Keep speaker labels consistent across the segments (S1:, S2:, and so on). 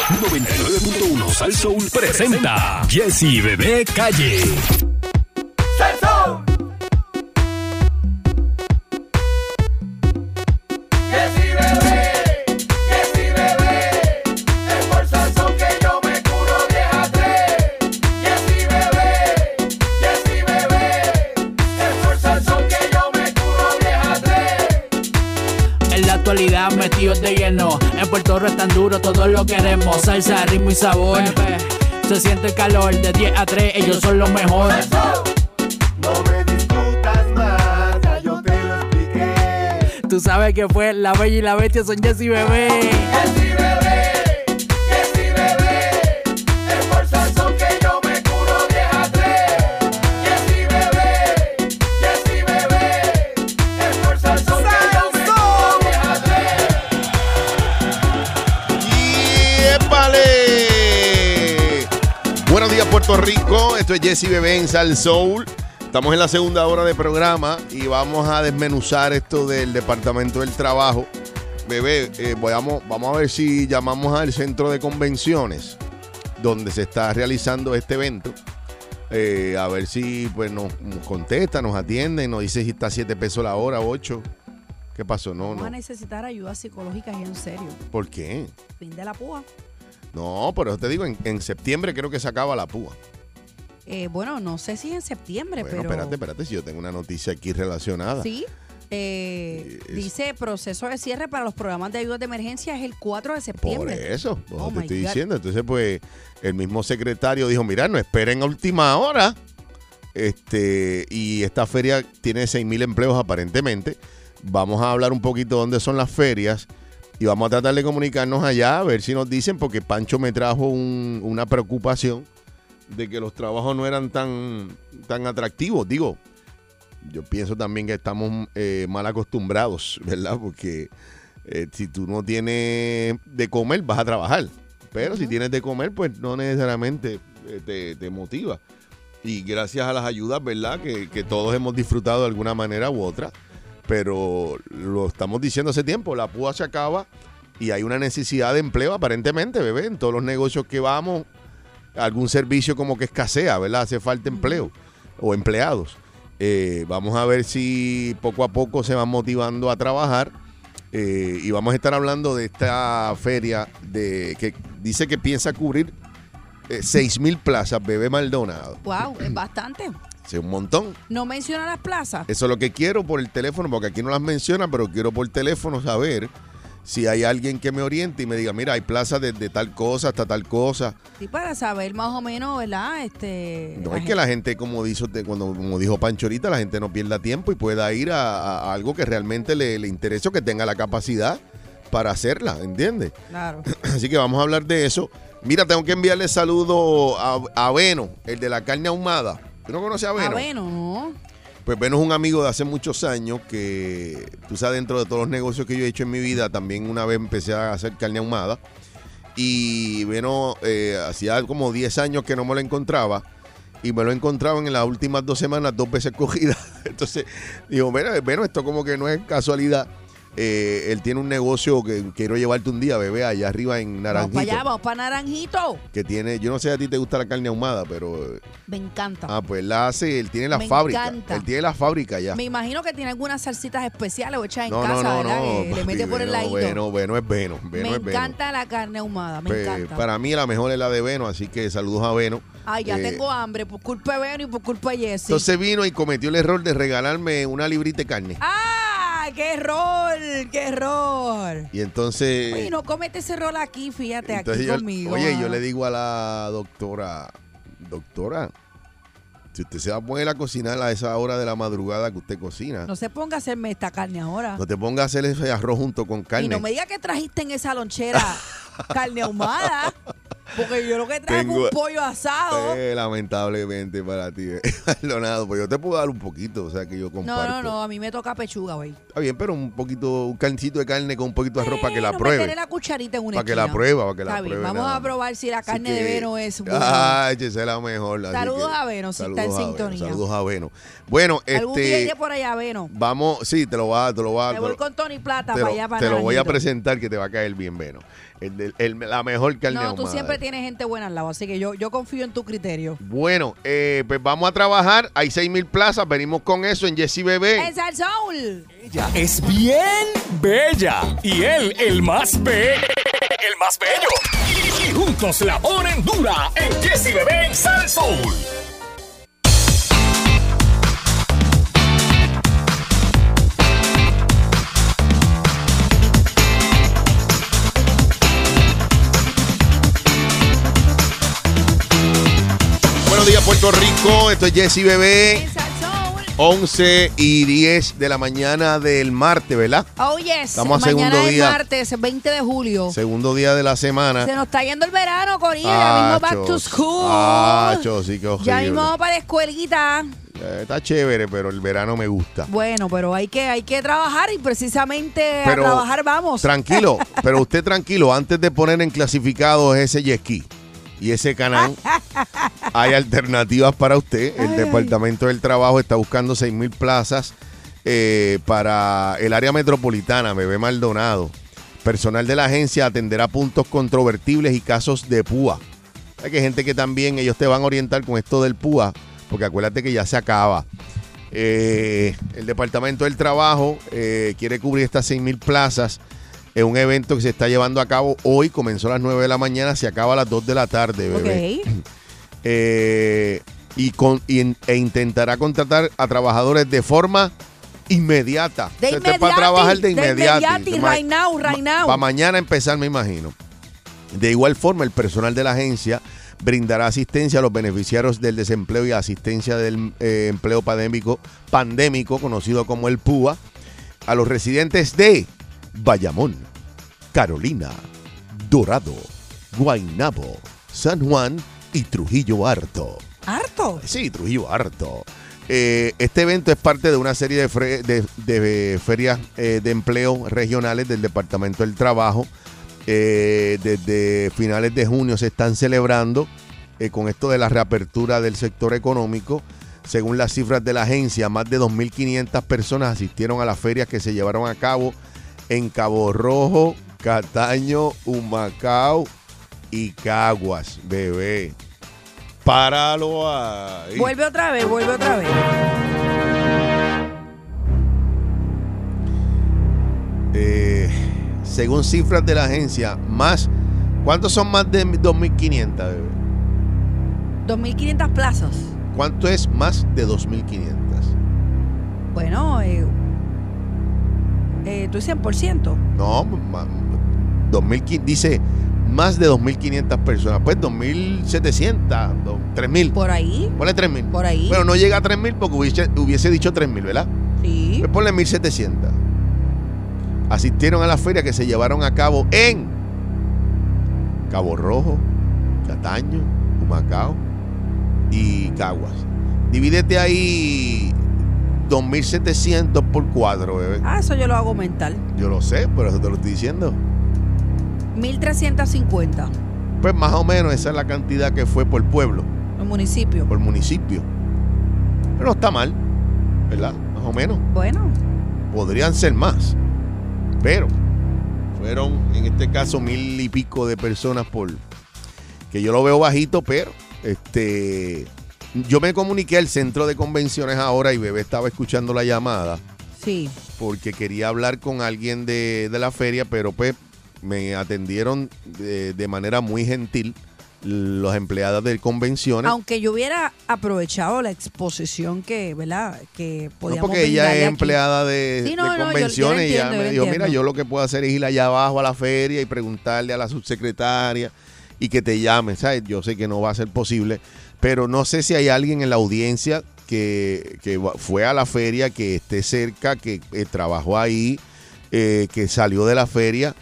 S1: 99.1 Sal Soul presenta Jesse Bebé Calle.
S2: En la actualidad metidos de lleno. En Puerto Rico es tan duro, todos lo queremos. Salsa, ritmo y sabor. Se siente el calor de 10 a 3, ellos son los mejores.
S3: No me discutas más, ya yo te lo expliqué.
S2: Tú sabes que fue la bella y la bestia son Jessy Bebé.
S3: Jessy bebé, Jessy bebé, esfuerza son que yo me curo 10 a 3. Jessy bebé, Jessy bebé, esfuerza son que yo me curo 10 a 3.
S4: ¡Yépale! Buenos días, Puerto Rico. Esto es Jesse Bebé en Sal Soul. Estamos en la segunda hora de programa y vamos a desmenuzar esto del Departamento del Trabajo. Bebé, eh, vamos, vamos a ver si llamamos al centro de convenciones donde se está realizando este evento. Eh, a ver si pues, nos, nos contesta, nos atiende, y nos dice si está a 7 pesos la hora, 8. ¿Qué pasó? No,
S5: Vamos a
S4: no.
S5: necesitar ayuda psicológica y en serio.
S4: ¿Por qué?
S5: Fin de la púa.
S4: No, pero te digo, en, en septiembre creo que se acaba la púa.
S5: Eh, bueno, no sé si en septiembre,
S4: Bueno,
S5: pero.
S4: espérate, espérate, si yo tengo una noticia aquí relacionada.
S5: Sí. eh,
S4: Es-
S5: dice proceso de cierre para los programas de ayuda de emergencia es el 4 de
S4: Por
S5: septiembre.
S4: eso, por eso
S5: Oh
S4: te
S5: my
S4: estoy
S5: God.
S4: diciendo. Entonces, pues, el mismo secretario dijo, mira, no esperen a última hora. Este, y esta feria tiene 6.000 empleos aparentemente. Vamos a hablar un poquito de dónde son las ferias y vamos a tratar de comunicarnos allá a ver si nos dicen, porque Pancho me trajo un- una preocupación de que los trabajos no eran tan, tan atractivos. Digo, yo pienso también que estamos eh, mal acostumbrados, ¿verdad? Porque eh, si tú no tienes de comer, vas a trabajar. Pero si tienes de comer, pues no necesariamente eh, te, te motiva. Y gracias a las ayudas, ¿verdad? Que, que todos hemos disfrutado de alguna manera u otra. Pero lo estamos diciendo hace tiempo, la púa se acaba y hay una necesidad de empleo aparentemente, bebé. En todos los negocios que vamos, algún servicio como que escasea, ¿verdad? Hace falta empleo o empleados. Eh, vamos a ver si poco a poco se van motivando a trabajar. eh, y vamos a estar hablando de esta feria de que dice que piensa cubrir eh, 6.000 plazas, Bebé Maldonado.
S5: Wow, es bastante.
S4: Es un montón.
S5: No menciona las plazas.
S4: Eso es lo que quiero por el teléfono, porque aquí no las menciona, pero quiero por teléfono saber si hay alguien que me oriente y me diga, mira, hay plazas desde tal cosa hasta tal cosa.
S5: Sí, para saber más o menos, ¿verdad? Este.
S4: No es que la gente, como dijo, cuando, como dijo Pancho ahorita, la gente no pierda tiempo y pueda ir a, a- a algo que realmente le, le interese o que tenga la capacidad para hacerla, ¿entiendes?
S5: Claro.
S4: Así que vamos a hablar de eso. Mira, tengo que enviarle saludo a, a Beno, el de la carne ahumada. ¿Tú no conoces a Beno?
S5: Ah, bueno, ¿no?
S4: Pues Beno es un amigo de hace muchos años que, tú sabes, dentro de todos los negocios que yo he hecho en mi vida, también una vez empecé a hacer carne ahumada. Y Beno, eh, hacía como 10 años que no me lo encontraba. Y me lo encontraban en las últimas dos semanas dos veces cogidas. Entonces, digo, bueno, Beno, esto como que no es casualidad. Eh, él tiene un negocio que quiero llevarte un día, bebé, allá arriba en
S5: Vamos para allá,
S4: Naranjito.
S5: vamos para Naranjito.
S4: Que tiene, yo no sé si a ti te gusta la carne ahumada, pero... eh,
S5: Me encanta.
S4: Ah, pues la hace, él tiene la
S5: Me
S4: fábrica.
S5: encanta.
S4: Él tiene la fábrica ya.
S5: Me imagino que tiene algunas salsitas especiales o hechas en casa, ¿verdad? que le
S4: papi,
S5: mete por el
S4: Veno,
S5: ladito.
S4: Veno, Veno es Veno. Veno
S5: me
S4: es Pues, Veno.
S5: encanta la carne ahumada, me
S4: Pe-
S5: encanta.
S4: Para mí la mejor es la de Veno, así que saludos a Veno.
S5: Ay, ya
S4: Eh,
S5: tengo hambre por culpa de Veno y por culpa de Jessy.
S4: Entonces vino y cometió el error de regalarme una librita de carne.
S5: ¡Ah! ¡Qué error! ¡Qué error!
S4: Y entonces...
S5: Oye, no comete ese error aquí, fíjate,
S4: entonces
S5: aquí
S4: yo-
S5: conmigo. ah.
S4: Oye, yo
S5: mano.
S4: le digo a la doctora, doctora, si usted se va a poner a cocinar a esa hora de la madrugada que usted cocina, no,
S5: No se ponga a hacerme esta carne ahora.
S4: te ponga a hacer ese arroz junto con carne.
S5: Y no me diga que trajiste en esa lonchera carne ahumada. Porque yo lo que traje
S4: Tengo-
S5: fue un pollo asado.
S4: Eh, lamentableonado para ti, eh, Leonardo, pues yo te puedo dar un poquito, o sea que yo comparto.
S5: no, no, no, a mí me toca pechuga, güey.
S4: Está bien, pero un poquito, un cancito de carne con un poquito de arroz para que la
S5: Bueno,
S4: pruebe.
S5: meteré la cucharita en una
S4: Para que la
S5: esquina.
S4: prueba, para que la
S5: Está bien,
S4: pruebe.
S5: vamos
S4: nada
S5: a
S4: más.
S5: probar si la
S4: Así
S5: carne de
S4: que-
S5: Veno es buena.
S4: Ay, esa es la mejor. así
S5: Saludos
S4: que-
S5: a Veno, si está en
S4: saludos a Veno,
S5: sintonía.
S4: saludos a Veno. Bueno,
S5: Algún día
S4: este,
S5: iré por allá, Veno.
S4: vamos, sí, te lo va, te lo va.
S5: Me
S4: te
S5: voy
S4: lo-
S5: con Tony Plata
S4: te lo,
S5: para allá para
S4: te lo voy a
S5: Naranjito.
S4: presentar que te va a caer bien, Veno. El del- el- la mejor carne
S5: No, tú
S4: ahumada.
S5: siempre tienes gente buena al lado, así que yo, yo confío en tu criterio.
S4: Bueno, eh, pues vamos a trabajar. Hay 6 mil plazas. Venimos con eso en Jessy Bebé.
S5: ¡El Salsoul!
S1: Ella es bien bella y él el más be el más bello. Y, y juntos la ponen dura en Jessy Bebé en Sal Soul.
S4: Buenos días, Puerto Rico. Esto es Jessy Bebé.
S5: ¡El Salsoul!
S4: 11 y 10 de la mañana del martes, ¿verdad?
S5: Oh, yes.
S4: Estamos a
S5: Mañana
S4: segundo
S5: es
S4: día.
S5: martes, 20 de julio.
S4: Segundo día de la semana.
S5: Se nos está yendo el verano, Corina. Ya mismo back to
S4: Achos.
S5: school.
S4: Achos, sí, qué
S5: ya
S4: horrible.
S5: mismo vamos para la escuelguita.
S4: Eh, Está chévere, pero el verano me gusta.
S5: Bueno, pero hay que, hay que trabajar y precisamente
S4: Pero-
S5: a trabajar vamos.
S4: Tranquilo, pero usted tranquilo, antes de poner en clasificados ese jet ski y ese canal, hay alternativas para usted. El Departamento del Trabajo está buscando 6.000 plazas eh, para el área metropolitana, Bebé Maldonado. Personal de la agencia atenderá puntos controvertibles y casos de púa. Hay que gente que también ellos te van a orientar con esto del púa, porque acuérdate que ya se acaba. Eh, el Departamento del Trabajo eh, quiere cubrir estas 6.000 plazas en un evento que se está llevando a cabo hoy. Comenzó a las 9 de la mañana, se acaba a las 2 de la tarde,
S5: ok.
S4: bebé. Eh, y con, y en- e intentará contratar a trabajadores de forma inmediata.
S5: De
S4: Esto es
S5: inmediati,
S4: para trabajar de
S5: de
S4: inmediato.
S5: inmediati, right now, right now.
S4: Para mañana empezar, me imagino. De igual forma, el personal de la agencia brindará asistencia a los beneficiarios del desempleo y asistencia del eh, empleo pandémico, pandémico, conocido como el PUA, a los residentes de Bayamón, Carolina, Dorado, Guaynabo, San Juan y Trujillo Harto.
S5: Harto.
S4: Sí, Trujillo harto. Eh, este evento es parte de una serie de, fre- de- de ferias eh, de empleo regionales del Departamento del Trabajo. Eh, desde finales de junio se están celebrando eh, con esto de la reapertura del sector económico. Según las cifras de la agencia, más de 2.500 personas asistieron a las ferias que se llevaron a cabo en Cabo Rojo, Cataño, Humacao y Caguas, bebé. Páralo ahí.
S5: Vuelve otra vez, vuelve otra vez.
S4: Eh, según cifras de la agencia, más. ¿Cuántos son más de 2.500, bebé?
S5: 2.500 plazas.
S4: ¿Cuánto es más de 2.500?
S5: Bueno, eh, eh, tú 100%.
S4: No, ma- 2.500. Dice más de 2.500 personas. Pues 2.700, do- 3.000.
S5: Por ahí,
S4: Ponle 3.000.
S5: por ahí.
S4: Bueno, no llega a 3.000 porque hubiese, hubiese dicho 3.000, ¿verdad?
S5: sí.
S4: Pues ponle 1.700. Asistieron a la feria que se llevaron a cabo en Cabo Rojo, Cataño, Humacao y Caguas. Divídete ahí 2.700 por 4, bebé.
S5: Ah, eso yo lo hago mental.
S4: Yo lo sé, pero eso te lo estoy diciendo.
S5: 1.350.
S4: Pues más o menos esa es la cantidad que fue por pueblo,
S5: El municipio.
S4: por municipio. Pero no está mal, ¿verdad? Más o menos.
S5: Bueno,
S4: podrían ser más, pero fueron en este caso mil y pico de personas por que yo lo veo bajito, pero este yo me comuniqué al centro de convenciones ahora y bebé estaba escuchando la llamada
S5: sí.
S4: porque quería hablar con alguien de, de la feria, pero pues me atendieron de, de manera muy gentil los empleadas de convenciones.
S5: Aunque yo hubiera aprovechado la exposición que, ¿verdad? Que
S4: No,
S5: podíamos
S4: porque ella
S5: brindarle
S4: es
S5: aquí.
S4: empleada de,
S5: Sí,
S4: de
S5: no, no, yo- yo la
S4: convenciones
S5: entiendo,
S4: y
S5: yo
S4: ella
S5: la
S4: me dijo,
S5: entiendo.
S4: mira, yo lo que puedo hacer es ir allá abajo a la feria y preguntarle a la subsecretaria y que te llamen, ¿sabes? Yo sé que no va a ser posible, pero no sé si hay alguien en la audiencia que, que va- fue a la feria, que esté cerca, que eh, trabajó ahí, eh, que salió de la feria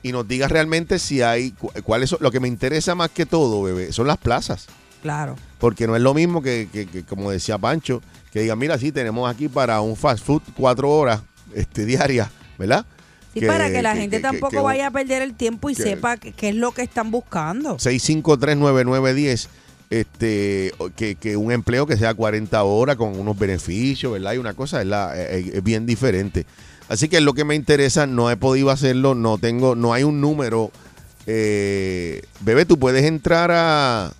S4: y nos diga realmente si hay, cu- cuáles son, lo que me interesa más que todo, bebé, son las plazas.
S5: Claro.
S4: Porque no es lo mismo que, que- que, como decía Pancho, que digan, mira, sí, tenemos aquí para un fast food cuatro horas este, diarias, ¿verdad?
S5: Sí, para que la gente
S4: que-
S5: tampoco
S4: que-
S5: vaya a perder el tiempo y
S4: que-
S5: sepa qué qué es lo que están buscando.
S4: 6539910, este, o que, que un empleo que sea 40 horas con unos beneficios, ¿verdad? Y una cosa es, la, es- es bien diferente. Así que es lo que me interesa, no he podido hacerlo, no tengo, no hay un número Eh, bebé, tú puedes entrar a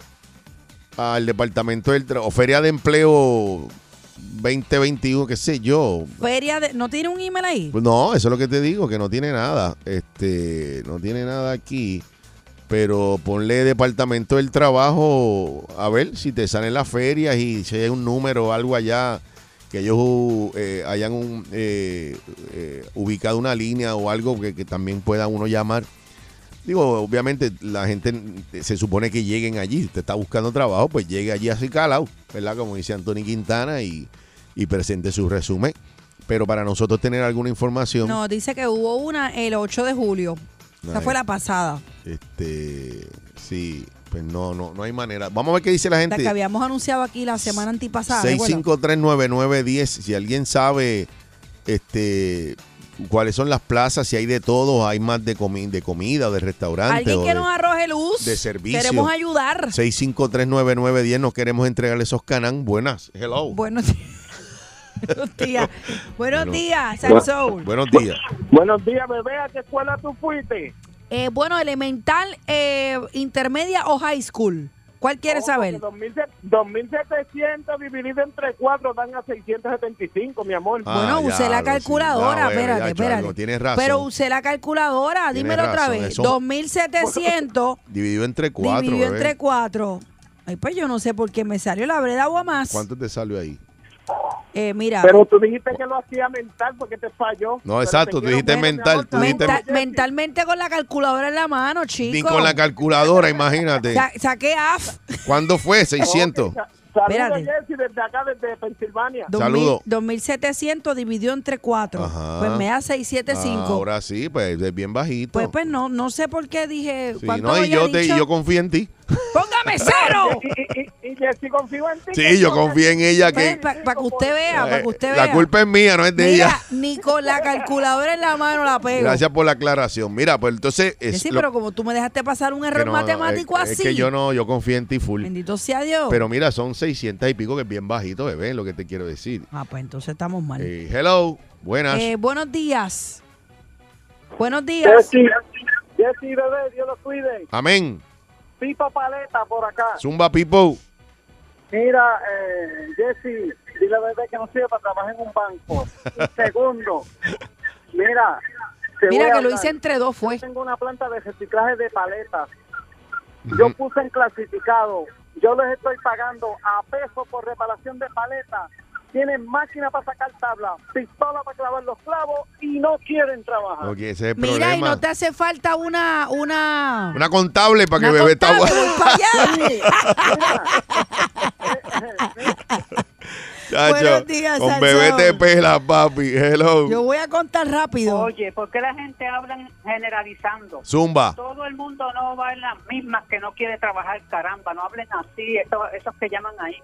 S4: al departamento del trabajo, feria de empleo 2021, qué sé yo.
S5: Feria de. ¿No tiene un email ahí?
S4: No, eso es lo que te digo, que no tiene nada. Este, no tiene nada aquí. Pero ponle departamento del trabajo, a ver si te salen las ferias y si hay un número o algo allá, que ellos eh, hayan un, eh, eh, ubicado una línea o algo que, que también pueda uno llamar. Digo, obviamente la gente eh, se supone que lleguen allí, te está buscando trabajo, pues llegue allí así calado, ¿verdad? Como dice Anthony Quintana y, y presente su resumen. Pero para nosotros tener alguna información,
S5: No, dice que hubo una el 8 de julio. Esa
S4: Ay.
S5: fue la pasada.
S4: este, sí, pues no, no, no hay manera. Vamos a ver qué dice la
S5: La ah, que
S4: gente.
S5: habíamos anunciado aquí la semana antipasada. recuerda.
S4: 6539910, si alguien sabe, este, cuáles son las plazas, si hay de todo, hay más de, comi- de comida, de restaurante.
S5: Alguien
S4: o
S5: que
S4: de-
S5: nos arroje luz.
S4: de servicio.
S5: Queremos ayudar.
S4: 6539910, nos queremos entregarle esos canán. Buenas, hello.
S5: Buenos días. Buenos días. Buenos
S4: Bueno.
S5: días, Salsoul.
S4: Buenos días.
S6: Buenos días, bebé. ¿A qué escuela tú fuiste?
S5: Eh, bueno, elemental, eh, intermedia o high school. ¿Cuál
S7: Oh,
S6: Oh,
S5: quieres saber?
S6: 2.700 dividido entre 4 dan a 675, mi amor.
S4: Ah,
S5: bueno,
S4: ya,
S5: usé la
S4: algo así.
S5: calculadora,
S4: Ah, bueno,
S5: espérate,
S4: ya,
S5: espérate.
S4: Charlo, tienes razón.
S5: Pero usé la calculadora,
S4: Tienes
S5: dímelo otra
S4: razón,
S5: vez.
S4: eso-
S5: 2700
S4: Dividido entre cuatro.
S5: dividido
S4: bebé.
S5: entre 4. Ay, pues yo no sé por qué me salió la breda o a más.
S4: ¿Cuánto te salió ahí?
S5: Eh, mira,
S6: Pero tú dijiste que lo hacía mental porque te falló.
S4: No,
S6: Pero
S4: exacto,
S6: te
S4: tú
S6: quiero
S4: dijiste
S6: ver, mi
S4: mental,
S6: amor,
S4: tú
S6: te
S4: dijiste-
S6: amo,
S5: Menta-
S6: Jessy.
S5: mentalmente con la calculadora en la mano, chico.
S4: Ni con la calculadora, imagínate.
S5: Sa- saqué AF.
S4: ¿Cuándo fue?
S6: Ok,
S4: 600.
S6: sa- Saludos,
S5: Espérate.
S6: Jessy, desde acá, desde Pensilvania.
S5: Dos
S4: Saludo.
S5: mil- 2700 dividido entre 4.
S4: Ajá. Ah,
S5: Pues me da 675.
S4: Ahora sí, pues es bien bajito.
S5: Pues, pues no, no sé por qué dije.
S4: Sí,
S5: ¿Cuánto
S4: no, y
S5: había
S4: yo, te, y
S5: dicho?
S4: yo confío en ti.
S5: ¡Póngame cero!
S6: Y, y, y- y Jessy, confío en ti.
S4: Sí, yo confío en ella que...
S5: Para Pues, que usted vea, para
S4: eh,
S5: que usted vea.
S4: la culpa es mía, no es de ella.
S5: Mira, ni con la calculadora en la mano la pego.
S4: Gracias por la aclaración. Mira, pues entonces...
S5: Sí,
S4: Es
S5: sí,
S4: lo-
S5: pero como tú me dejaste pasar un
S4: que
S5: error
S4: no, no,
S5: matemático
S4: es-
S5: así.
S4: Es que yo no, yo confío en ti full.
S5: Bendito sea Dios.
S4: Pero mira, son 600 y pico, que es bien bajito, bebé, lo que te quiero decir.
S5: ah, pues entonces estamos mal.
S4: Eh, hello, buenas.
S5: Eh, buenos días. Buenos días.
S6: Jessy, Jessy, bebé, Dios lo cuide.
S4: Amén.
S6: Pipa Paleta por acá.
S4: Zumba People.
S6: Mira, eh, Jesse, dile a bebé que no sirve para trabajar en un banco. Y Segundo, mira, te voy
S5: Mira
S6: a
S5: que lo
S6: hablar.
S5: hice entre dos, fue.
S6: Yo tengo una planta de reciclaje de paletas. Yo puse en clasificado. Yo les estoy pagando a peso por reparación de paletas. Tienen máquina para sacar tablas, pistola para clavar los clavos y no quieren trabajar.
S4: Ok, ese es el
S5: Mira, y
S4: problema.
S5: no te hace falta una. una... Ah,
S4: Una contable para que
S5: una
S4: bebé Pues, está
S5: contable,
S4: guapo.
S5: voy pa' allá. Buenos días,
S4: con
S5: Sansón.
S4: bebé te pela, papi. Hello.
S5: Yo voy a contar rápido.
S8: Oye, ¿por qué la gente habla generalizando?
S4: Zumba.
S8: Todo el mundo no va en las mismas que no quiere trabajar, caramba, no hablen así, eso- esos que llaman ahí.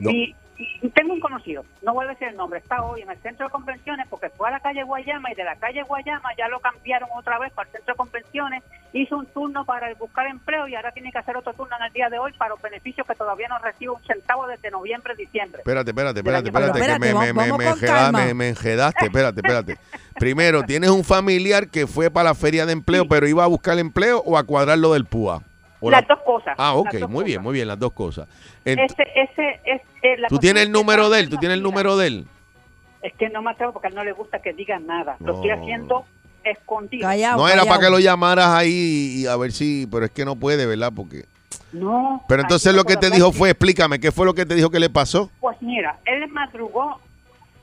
S4: No.
S8: Y, y tengo un conocido, no voy a decir el nombre, está hoy en el centro de convenciones porque fue a la calle Guayama y de la calle Guayama ya lo cambiaron otra vez para el centro de convenciones, hizo un turno para buscar empleo y ahora tiene que hacer otro turno en el día de hoy para los beneficios que todavía no recibe un centavo desde noviembre, diciembre.
S4: Espérate, espérate, espérate,
S8: Pero
S4: espérate, que
S5: espérate,
S4: me,
S5: vamos-
S4: me, me,
S5: vamos
S4: me,
S5: con
S4: enjeda-
S5: calma.
S4: me- me enjedaste, espérate, espérate. Primero, tienes un familiar que fue para la feria de empleo, pero iba a buscar empleo o a cuadrar lo del PUA. O
S8: Las
S4: la-
S8: dos cosas.
S4: Ah,
S8: las
S4: ok,
S8: dos
S4: muy bien,
S8: cosas.
S4: muy bien, las dos cosas. Ent-
S8: Ese, ese, es, eh, la
S4: tú
S8: cosa
S4: tienes
S8: es
S4: el
S8: que
S4: número
S8: está
S4: de él, tú tienes el
S8: vacía.
S4: número de él.
S8: Es que no me atrevo porque a él no le gusta que digan nada. Lo
S4: No.
S8: estoy haciendo escondido.
S5: Callao,
S4: No era
S5: callao.
S4: para que lo llamaras ahí y a ver si, pero es que no puede, ¿verdad? Porque.
S8: No.
S4: Pero entonces
S8: aquí
S4: lo que te
S8: todavía-
S4: dijo fue, explícame, ¿qué fue lo que te dijo que le pasó?
S8: Pues mira, él madrugó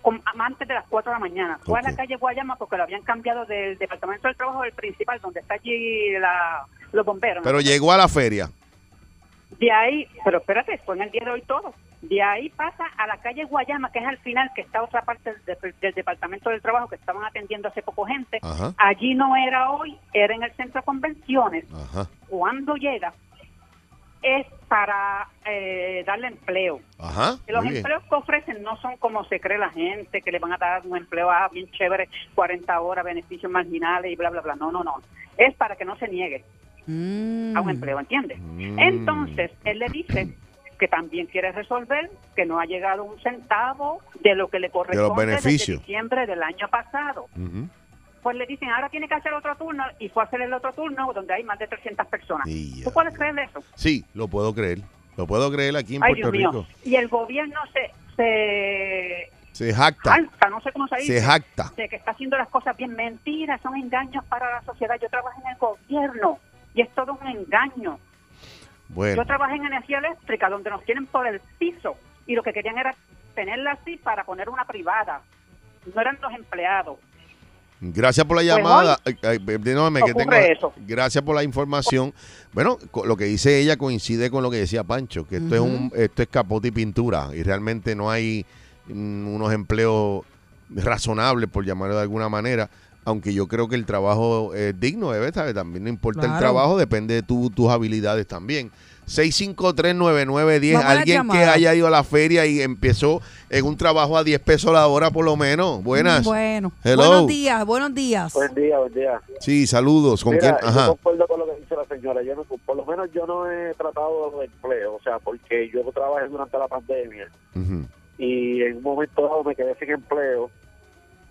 S8: con- antes de las 4 de la mañana. Fue a
S4: Ok.
S8: la calle Guayama porque lo habían cambiado del Departamento del Trabajo del principal, donde está allí la, los bomberos. ¿no?
S4: Pero llegó a la feria.
S8: De ahí, pero espérate, fue en el día de hoy todo. De ahí pasa a la calle Guayama, que es al final, que está otra parte del, dep- del Departamento del Trabajo que estaban atendiendo hace poco gente.
S4: Ajá.
S8: Allí no era hoy, era en el centro de convenciones.
S4: Ajá,
S8: cuando llega es para eh, darle empleo.
S4: ajá.
S8: Que Los
S4: muy bien.
S8: empleos que ofrecen no son como se cree la gente, que le van a dar un empleo ah, bien chévere, 40 horas, beneficios marginales y bla, bla, bla. No, no, no. Es para que no se niegue
S5: Mm.
S8: a un empleo, ¿entiendes?
S4: Mm.
S8: Entonces, él le dice que también quiere resolver que no ha llegado un centavo de lo que le corresponde desde
S4: beneficios.
S8: diciembre del año pasado.
S4: Ujú.
S8: pues le dicen, ahora tiene que hacer otro turno, y fue a hacer el otro turno donde hay más de 300 personas.
S4: Y
S8: ¿Tú
S4: ya.
S8: puedes creer eso?
S4: Sí, lo puedo creer. Lo puedo creer aquí en
S8: Ay,
S4: Puerto
S8: Dios mío.
S4: Rico.
S8: Y el gobierno se, se
S4: Se jacta.
S8: jacta, no sé cómo se dice.
S4: Se jacta.
S8: de que está haciendo las cosas bien. Mentiras, son engaños para la sociedad. Yo trabajé en el gobierno y es todo un engaño.
S4: Bueno,
S8: Yo trabajé en energía eléctrica, donde nos tienen por el piso y lo que querían era tenerla así para poner una privada. No eran los empleados.
S4: gracias por la
S8: Pues
S4: llamada. Ay, ay, perdóname que
S8: ocurre
S4: tengo.
S8: eso.
S4: Gracias por la información. Bueno, co- lo que dice ella coincide con lo que decía Pancho, que esto es un, esto es capote y pintura y realmente no hay mm, unos empleos razonables por llamarlo de alguna manera. Aunque yo creo que el trabajo es digno, debe ¿sabes? También no importa el
S9: Claro.
S4: trabajo, depende de tu- tus habilidades también. 6539910,
S9: Vamos a la
S4: alguien que
S9: llamada.
S4: haya ido a la feria y empezó en un trabajo a 10 pesos la hora por lo menos. Buenas.
S9: Bueno.
S4: Hello.
S9: Buenos días, buenos días.
S7: Buen día, buen día.
S4: Sí, saludos. ¿Con
S7: Mira,
S4: quién? Ajá.
S7: yo concuerdo con lo que dice la señora. Yo no, por lo menos yo no he tratado de empleo, o sea, porque yo trabajé durante la pandemia
S4: Ujú.
S7: y en un momento dado me quedé sin empleo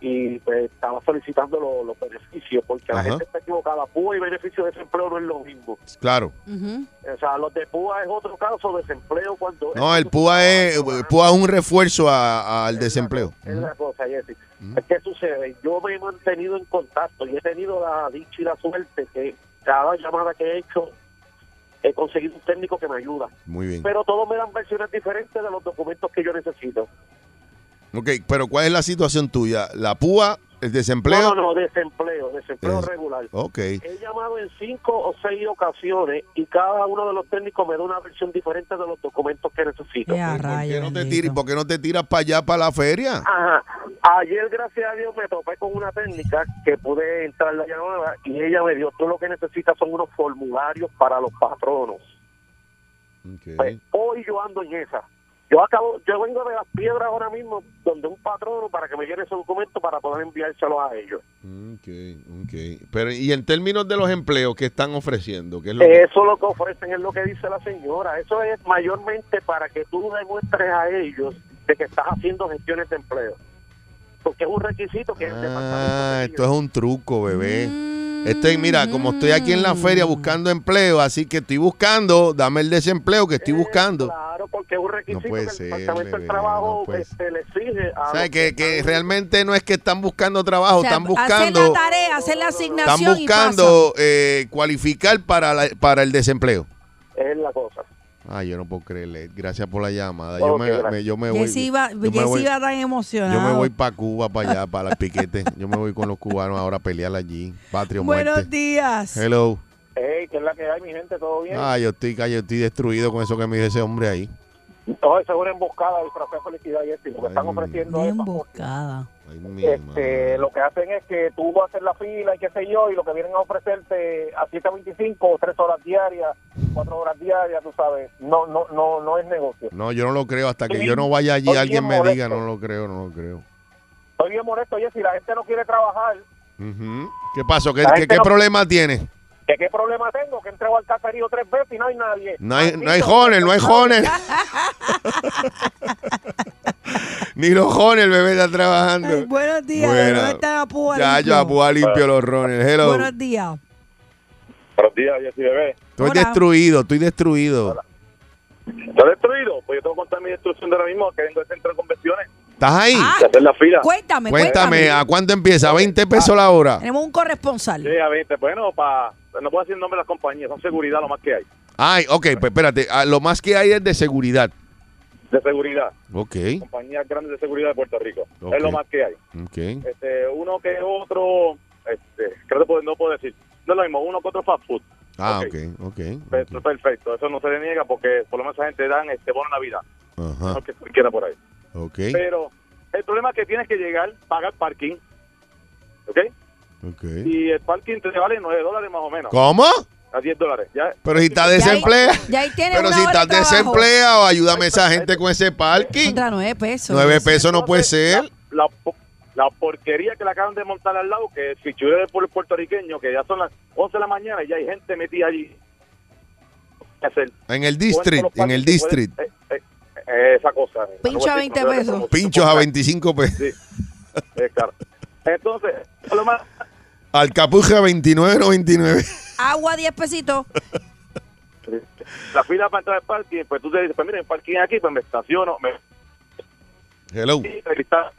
S7: y pues estaba solicitando lo- los beneficios porque
S4: Ajá.
S7: la gente está equivocada. PUA y beneficio de desempleo no es lo mismo.
S4: Claro.
S9: Ujú.
S7: O sea, los de PUA es otro caso, desempleo cuando...
S4: No, el PUA es, el PUA es un refuerzo a- al
S7: Es la-
S4: desempleo.
S7: Es la cosa, Jessy.
S4: Ujú.
S7: ¿Qué sucede? Yo me he mantenido en contacto y he tenido la dicha y la suerte que cada llamada que he hecho he conseguido un técnico que me ayuda.
S4: Muy bien.
S7: Pero todos me dan versiones diferentes de los documentos que yo necesito.
S4: Ok, pero ¿cuál es la situación tuya? ¿La PUA, el desempleo?
S7: No, no, no, desempleo, desempleo
S4: Eh,
S7: regular.
S4: Ok.
S7: He llamado en cinco o seis ocasiones y cada uno de los técnicos me da una versión diferente de los documentos que necesito.
S9: Ya,
S4: ¿Por qué,
S9: rayo,
S4: no te
S9: bendito.
S4: tiri- por qué no te tiras para allá, para la feria?
S7: Ajá. Ayer, gracias a Dios, me topé con una técnica que pude entrar la llamada y ella me dio, tú lo que necesitas son unos formularios para los patronos.
S4: Ok.
S7: Pues, hoy yo ando en esa. Yo acabo, yo vengo de las piedras ahora mismo donde un patrono para que me llene ese documento para poder enviárselo a ellos.
S4: Ok, ok. Pero, y en términos de los empleos que están ofreciendo, ¿qué es lo que-
S7: Eso lo que ofrecen es lo que dice la señora. Eso es mayormente para que tú demuestres a ellos de que estás haciendo gestiones de empleo. Porque es un requisito que el
S4: Ah,
S7: departamento
S4: esto es un truco, bebé.
S9: Mm,
S4: Estoy, mira, como estoy aquí en la feria buscando empleo, así que estoy buscando, dame el desempleo que estoy
S7: Eh,
S4: buscando.
S7: Claro, porque es un requisito
S4: puede
S7: que el
S4: ser,
S7: Departamento
S4: bebé,
S7: del Trabajo
S4: no puede
S7: este, le exige a.
S4: ¿Sabes?
S7: los
S4: Que, que
S7: están-
S4: realmente no es que están buscando trabajo,
S9: o sea,
S4: están
S9: Hacer la
S4: buscando...
S9: tarea, hacer la
S4: Están
S9: asignación y
S4: buscando eh, cualificar para, la- para el desempleo.
S7: Es la cosa.
S4: Ah, yo no puedo creerle. Gracias por la llamada.
S7: Ok,
S4: Ah, Yo me,
S7: gracias.
S4: me- yo me
S9: pasa.
S4: voy.
S9: Jessy iba,
S4: yo me
S9: Jessy
S4: voy,
S9: iba tan emocionado.
S4: para Cuba, para allá, para el piquete. Yo me voy con los cubanos ahora a pelear allí. Patrio
S9: Buenos
S4: muerte.
S9: días.
S4: Hello.
S7: Ey, ¿qué es la que hay, mi gente? ¿Todo bien?
S4: Ah, yo estoy, ay, yo estoy destruido con eso que me dijo ese hombre ahí.
S7: No, eso es una emboscada, disfrazé de felicidad y este, Lo que
S4: Ay,
S7: están ofreciendo
S9: Bien
S7: es.
S9: emboscada.
S4: Ay, mi
S7: Este,
S4: madre.
S7: lo que hacen es que tú vas a hacer la fila y qué sé yo, y lo que vienen a ofrecerte a 7.25 o 3 horas diarias, 4 horas diarias, tú sabes. No, no, no, no es negocio.
S4: No, yo no lo creo. Hasta que yo no vaya allí,
S7: Estoy
S4: alguien
S7: bien
S4: me diga,
S7: molesto.
S4: no lo creo, no lo creo.
S7: Estoy bien molesto, oye, si la gente no quiere trabajar,
S4: Ujú. ¿Qué pasó? ¿Qué,
S7: La
S4: qué,
S7: gente
S4: qué
S7: no-
S4: problema tiene?
S7: ¿Que ¿Qué problema tengo? Que entrego al caserío tres veces y no hay nadie.
S4: No hay,
S7: Maldito.
S4: no hay Honel, no hay Honel. Ni los Honel, bebé, está
S9: Ay,
S4: trabajando.
S9: buenos días.
S4: Buena.
S9: ¿Dónde está Apúa
S4: Ya,
S9: limpio?
S4: yo apúa limpio los Honel. Hello.
S9: Buenos días.
S7: Buenos días, Jessy Bebé.
S4: estoy
S9: hola.
S4: destruido, estoy destruido.
S7: ¿Está destruido? Pues yo tengo que contar mi destrucción de ahora mismo, que vengo del centro de convenciones.
S4: ¿Estás ahí?
S9: Ah,
S7: De hacer la fila.
S9: cuéntame,
S4: cuéntame,
S9: cuéntame.
S4: ¿a cuánto empieza? ¿20 pesos la hora?
S9: Tenemos un corresponsal.
S7: Sí, a 20. Bueno, pa, no puedo decir el nombre de las compañías, son seguridad lo más que hay.
S4: Ay, ok, pues espérate. ah, Lo más que hay es de seguridad.
S7: De seguridad.
S4: Ok,
S7: Compañías grandes de seguridad de Puerto Rico.
S4: Ok.
S7: Es lo más que hay.
S4: ok.
S7: Este, uno que otro, este, creo que puedo- no puedo decir. No es lo mismo, uno que otro fast food.
S4: Ah, ok,
S7: Ok.
S4: ok.
S7: Pe-
S4: ok.
S7: Perfecto, eso no se le niega porque por lo menos esa gente dan este bono Navidad.
S4: Ajá,
S7: No que quiera por ahí.
S4: ok,
S7: Pero el problema es que tienes que llegar, pagar parking. ¿Ok?
S4: ok.
S7: Y el parking te vale 9 dólares más o menos.
S4: ¿Cómo?
S7: A 10 dólares. Ya.
S4: Pero si estás
S9: Ya ahí-
S4: desempleado.
S9: ya ahí tienes
S4: Pero
S9: una
S4: si
S9: hora de
S4: estás
S9: trabajo.
S4: desempleado, ayúdame a esa gente con ese parking.
S9: Contra nueve pesos.
S4: Nueve pesos no puede
S7: Entonces,
S4: ser.
S7: La, la po- la porquería que le acaban de montar al lado, que es fichureo del pueblo puertorriqueño, que ya son las 11 de la mañana y ya hay gente metida allí. ¿Qué hacer?
S4: En el district, en el district.
S7: Eh, eh, eh, esa cosa.
S9: Pincho a 20 pesos.
S4: Pinchos a 25 pesos.
S7: Sí, es claro. Entonces, lo más
S4: Alcapuja 2999.
S5: Agua 10 Ah, pesitos.
S7: La fila para entrar al parking, pues tú te dices, pues mira, el parking es aquí, pues me estaciono, me
S4: Hello.
S7: el cristal-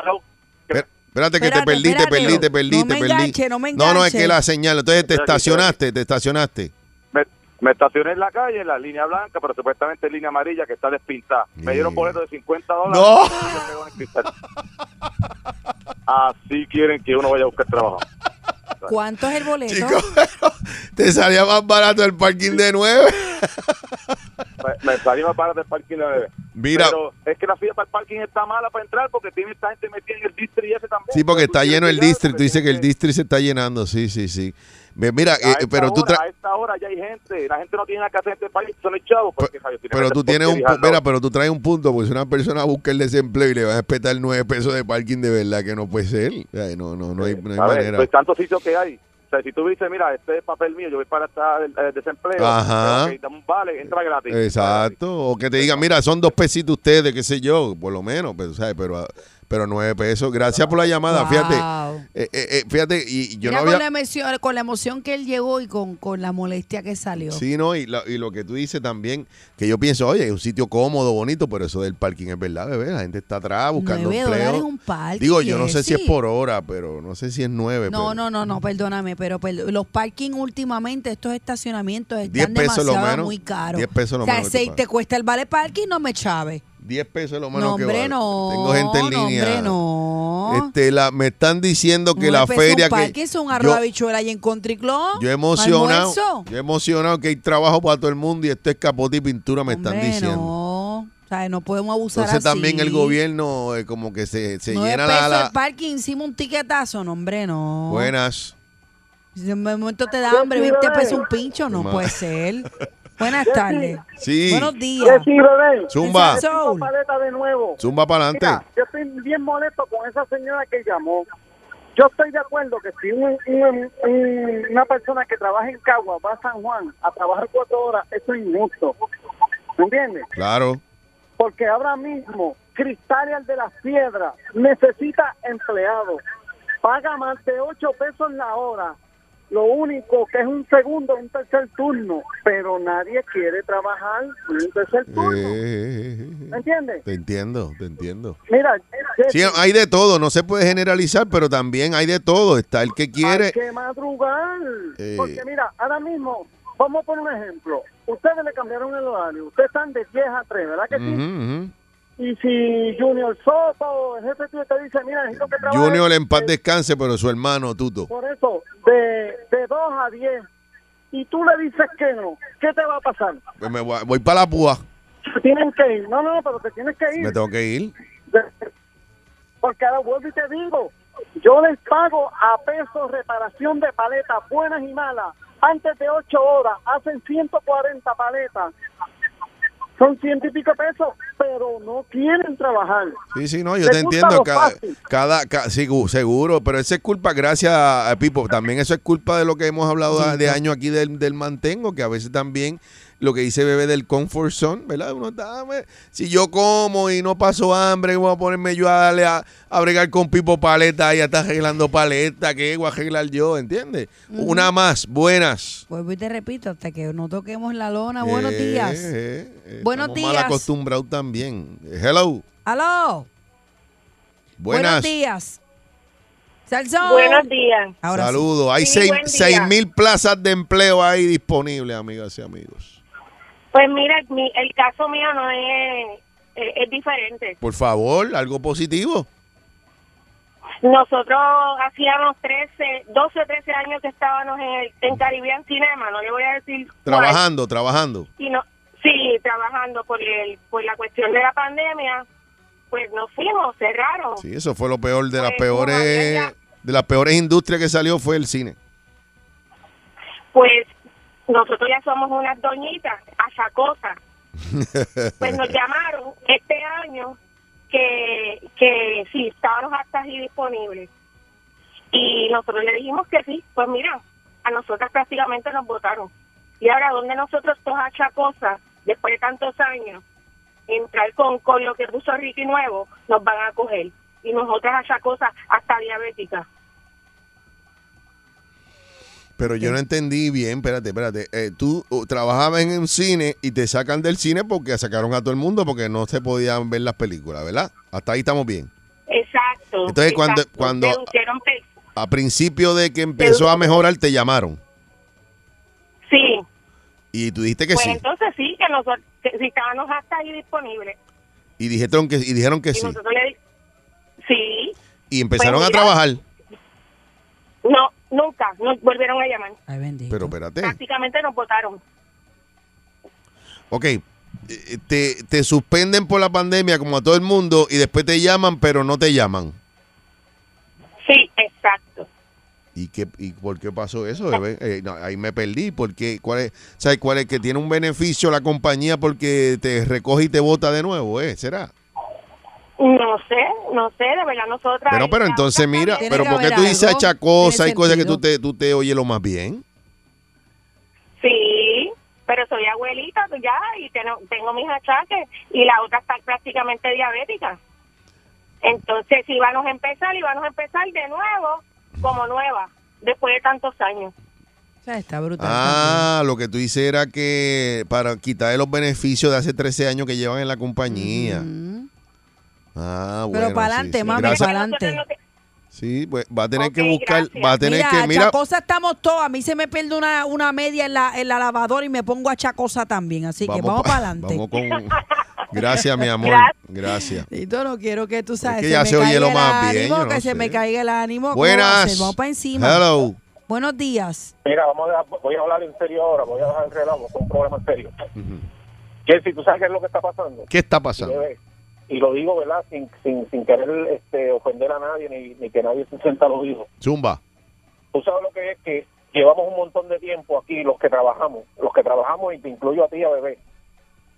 S4: Espera- Espérate que te
S5: Espérate,
S4: perdí, te
S5: espérate.
S4: perdí, te perdí,
S5: No
S4: te
S5: me
S4: perdí.
S5: enganche, no me
S4: No, no, es
S5: enganche.
S4: que la señal. Entonces te
S7: Espera, que
S4: estacionaste, te estacionaste.
S7: me, me estacioné en la calle, en la línea blanca, pero supuestamente en línea amarilla que está despintada. Me dieron
S4: Yeah.
S7: boleto de 50 dólares.
S4: ¡No!
S7: y yo pego en el cristal. Así quieren que uno vaya a buscar trabajo.
S5: ¿Cuánto es el boleto?
S4: Chicos, te salía más barato el parking de nueve.
S7: Me, me salí más barato del parking de bebé.
S4: Mira.
S7: Pero es que la fila para el parking está mala para entrar porque tiene esta gente metida en el district ese también.
S4: Sí, porque está
S7: Tú
S4: lleno el
S7: tienes
S4: district. Tú
S7: cuidado,
S4: dices que el
S7: tienes
S4: district se está llenando. Sí, sí, sí. Me- Mira,
S7: A
S4: eh,
S7: esta
S4: pero tú
S7: hora,
S4: tra-
S7: a esta hora ya hay gente, la gente no tiene nada que hacer en este país, son los chavos. porque, Javier, tiene
S4: pero
S7: que
S4: tú
S7: hacer
S4: tienes un
S7: porquerías,
S4: pu-
S7: ¿no?
S4: mira, pero tú traes un punto, porque si una persona busca el desempleo y le van a respetar nueve pesos de parking de verdad que no puede ser. Ay, no, no, no hay, no hay
S7: A ver,
S4: manera.
S7: Pues tantos sitios que hay. O sea, si tú dices, mira, este es papel mío, yo voy para estar el desempleo.
S4: Ajá.
S7: ok, dame un vale, entra gratis.
S4: Exacto, o que te digan, mira, son dos pesitos ustedes, qué sé yo, por lo menos, pero, ¿sabes? pero, ah, pero nueve pesos. Gracias por la llamada,
S5: Wow.
S4: fíjate. eh, eh, eh, fíjate, y y yo no
S5: Mira con, la
S4: había...
S5: emoción, con la emoción que él llegó y con, con la molestia que salió.
S4: Sí, no, y, la- y lo que tú dices también, que yo pienso, oye, es un sitio cómodo, bonito, pero eso del parking es verdad, bebé, la gente está atrás buscando
S5: Nueve
S4: empleo.
S5: dólares un parking,
S4: Digo, yo no sé si es
S5: Jessy.
S4: por hora, pero no sé si es nueve.
S5: No,
S4: pero-
S5: no, no, no, perdóname, pero per- los parking últimamente, estos estacionamientos
S4: 10
S5: están
S4: pesos lo
S5: demasiado
S4: menos,
S5: muy caros.
S4: 10 pesos lo
S5: o sea,
S4: menos que tú
S5: seis
S4: pagas.
S5: te cuesta el vale parking, no me chave.
S4: 10 pesos es lo menos
S5: No,
S4: que
S5: hombre,
S4: vale.
S5: no.
S4: Tengo gente en
S5: No,
S4: línea.
S5: hombre, no.
S4: Este, la, me están diciendo que
S5: Nueve
S4: la
S5: pesos
S4: feria
S5: un parking,
S4: que
S5: es un
S4: yo-
S5: arroz habichuela y en country club.
S4: Yo emocionado,
S5: almuerzo.
S4: yo emocionado que hay trabajo para todo el mundo y esto es capote y pintura me están
S5: Hombre,
S4: diciendo.
S5: No, o sea, no podemos abusar
S4: Entonces
S5: así.
S4: también el gobierno eh, como que se, se
S5: Nueve
S4: llena la,
S5: pesos
S4: la-
S5: el parking, hicimos un tiquetazo, no, hombre, no.
S4: buenas.
S5: Si de momento te da hambre, 20
S10: eh.
S5: pesos un pincho, no
S4: Ma-
S5: puede ser. Buenas tardes.
S4: Sí.
S5: Buenos días.
S6: Jessy, bebé.
S4: Zumba,
S5: Esa- Soul.
S6: Paleta de nuevo.
S4: zumba para
S6: Mira,
S4: adelante.
S6: yo estoy bien molesto con esa señora que llamó. Yo estoy de acuerdo que si un- un- un- una persona que trabaja en Cagua va a San Juan a trabajar cuatro horas, eso es injusto. ¿Me entiendes?
S4: Claro.
S6: Porque ahora mismo Cristal y el de las Piedras necesita empleados. Paga más de ocho pesos la hora. Lo único que es un segundo, un tercer turno. Pero nadie quiere trabajar en un tercer
S4: Eh,
S6: turno.
S4: eh, eh,
S6: ¿Me
S4: eh.
S6: entiendes?
S4: te entiendo, te entiendo.
S6: Mira, Jessy,
S4: Sí, hay de todo, no se puede generalizar, pero también hay de todo. Está el que
S6: Hay
S4: quiere.
S6: que madrugar.
S4: Eh.
S6: Porque mira, ahora mismo, vamos por un ejemplo. Ustedes le cambiaron el horario. Ustedes están de 10 a 3, ¿verdad que
S4: Ujú, ujú.
S6: sí? Y si Junior Soto o el jefe tuyo te dice, mira, necesito que trabajes.
S4: Junior en paz
S6: de-
S4: descanse, pero su hermano Tuto.
S6: Por eso, de, de 2 a 10. Y tú le dices que no. ¿Qué te va a pasar?
S4: Pues me voy, voy para la púa.
S6: Te Tienen que ir. No, no, no, pero te tienes que ir.
S4: Me tengo que ir.
S6: De- Porque ahora vuelvo y te digo, yo les pago a pesos reparación de paletas buenas y malas. Antes de 8 horas hacen 140 paletas. Son ciento y pico pesos, pero no quieren trabajar.
S4: Sí, sí, no, yo
S6: Le
S4: te
S6: gusta
S4: entiendo.
S6: lo
S4: Cada,
S6: fácil.
S4: cada, ca- sí, gu- seguro, pero esa es culpa, gracias a Pipo. También eso es culpa de lo que hemos hablado a- de años aquí del, del mantengo, que a veces también lo que dice Bebé del comfort zone, ¿verdad? Uno está, "Ah, si yo como y no paso hambre, voy a ponerme yo a darle a, a bregar con Pipo paleta, ya está arreglando paleta, ¿qué voy a arreglar yo? ¿Entiendes? Una más, buenas.
S5: Vuelvo Pues, y te repito, hasta que no toquemos la lona, Ah, buenos
S4: Eh,
S5: días.
S4: eh, eh,
S5: Buenos
S4: estamos mal
S5: días.
S4: acostumbrado también. Hello,
S5: ¡Aló!
S4: buenas.
S5: Buenos días. ¡Salsón!
S10: Buenos días.
S5: Ahora sí.
S4: Saludos. Hay
S10: Sí,
S4: seis,
S10: buen día.
S4: seis mil plazas de empleo ahí disponibles, amigas y amigos.
S10: Pues mira, mi- el caso mío no es, es, es diferente.
S4: Por favor, algo positivo.
S10: Nosotros hacíamos 13, 12 o 13 años que estábamos en, el, en Caribbean Cinema, no le voy a decir cuál,
S4: Trabajando, trabajando.
S10: y no- sí, trabajando por, el, por la cuestión de la pandemia, pues nos fuimos, cerraron.
S4: Sí, eso fue lo peor de las
S10: Pues,
S4: peores
S10: todavía ya.
S4: de las peores industrias que salió fue el cine.
S10: Pues nosotros ya somos unas doñitas, hasta cosas. pues nos llamaron este año que, que sí, estábamos hasta allí disponibles. Y nosotros le dijimos que sí, pues mira, a nosotras prácticamente nos votaron. Y ahora, ¿dónde nosotros dos achacosas, después de tantos años, entrar con, con lo que puso Ricky Nuevo, nos van a coger? Y nosotras achacosas hasta diabéticas.
S4: Pero yo no entendí bien, espérate, espérate. Eh, tú uh, trabajabas en un cine y te sacan del cine porque sacaron a todo el mundo porque no se podían ver las películas, ¿verdad? Hasta ahí estamos bien.
S10: Exacto.
S4: Entonces, cuando-
S10: exacto.
S4: cuando-
S10: Redujeron pe-
S4: A principio de que empezó a mejorar, te llamaron.
S10: Sí,
S4: Y tú dijiste que
S10: pues
S4: sí.
S10: entonces sí, que nosotros, que si estábamos hasta ahí disponibles.
S4: Y dijeron que, y dijeron que
S10: y
S4: sí.
S10: nosotros le di- Sí,
S4: Y empezaron
S10: Pues
S4: a
S10: mira.
S4: trabajar.
S10: no, nunca, nos volvieron a llamar.
S4: Pero espérate.
S10: Ah. Prácticamente nos votaron.
S4: Ok, eh, te, te suspenden por la pandemia como a todo el mundo y después te llaman, pero no te llaman.
S10: Sí, exacto.
S4: ¿Y, qué, y por qué pasó eso, bebé? Eh, no, ahí me perdí. Porque, ¿cuál es, ¿Sabes cuál es? Que tiene un beneficio la compañía porque te recoge y te bota de nuevo, ¿eh? ¿Será?
S10: No sé, no sé, de verdad nosotras.
S4: Pero, pero entonces mira,
S10: Tiene
S4: pero
S10: que
S4: ¿por qué
S10: haber
S4: tú dices
S10: algo,
S4: hacha cosas
S10: tiene
S4: y cosas que tú
S10: sentido.
S4: te, tú te oyes lo más bien?
S10: Sí, pero soy abuelita pues, ya y tengo, tengo mis achaques y la otra está prácticamente diabética. Entonces, si vamos a empezar, y vamos a empezar de nuevo, como nueva, después de tantos años.
S5: Está brutal.
S4: Ah, lo que tú dices era que para quitarle los beneficios de hace 13 años que llevan en la compañía. Ah, bueno.
S5: Pero
S4: sí,
S5: pa'lante,
S4: sí.
S5: mami,
S4: Gracias-
S5: pa'lante.
S4: Sí, pues va a tener que buscar, va a tener
S5: mira,
S4: que, mira,
S5: achacosa estamos todos. A mí se me pierde una, una media en la, en la lavadora y me pongo a chacosa también. Así que vamos
S4: pa-
S5: para adelante.
S4: Vamos con Gracias, mi amor. Gracias.
S5: Y yo no quiero que tú sabes.
S4: que ya se
S5: me
S4: oye
S5: caiga
S4: lo
S5: el
S4: más bien,
S5: ánimo,
S4: yo no
S5: que se
S4: sé.
S5: me caiga el ánimo. ¿Cómo va a ser?
S4: Buenas.
S5: Vamos para encima.
S4: Hello.
S5: Buenos días.
S7: Mira, vamos a, voy a hablar en serio ahora, voy a dejar el relajo, es un problema en serio. Jessy, ¿tú sabes qué es lo que está pasando?
S4: ¿Qué está
S7: Y,
S4: pasando?
S7: bebé, y lo digo, ¿verdad? Sin, sin, sin querer este, ofender a nadie ni, ni que nadie se sienta lo dijo.
S4: Zumba.
S7: Tú sabes lo que es que llevamos un montón de tiempo aquí, los que trabajamos, los que trabajamos, y te incluyo a ti, a bebé,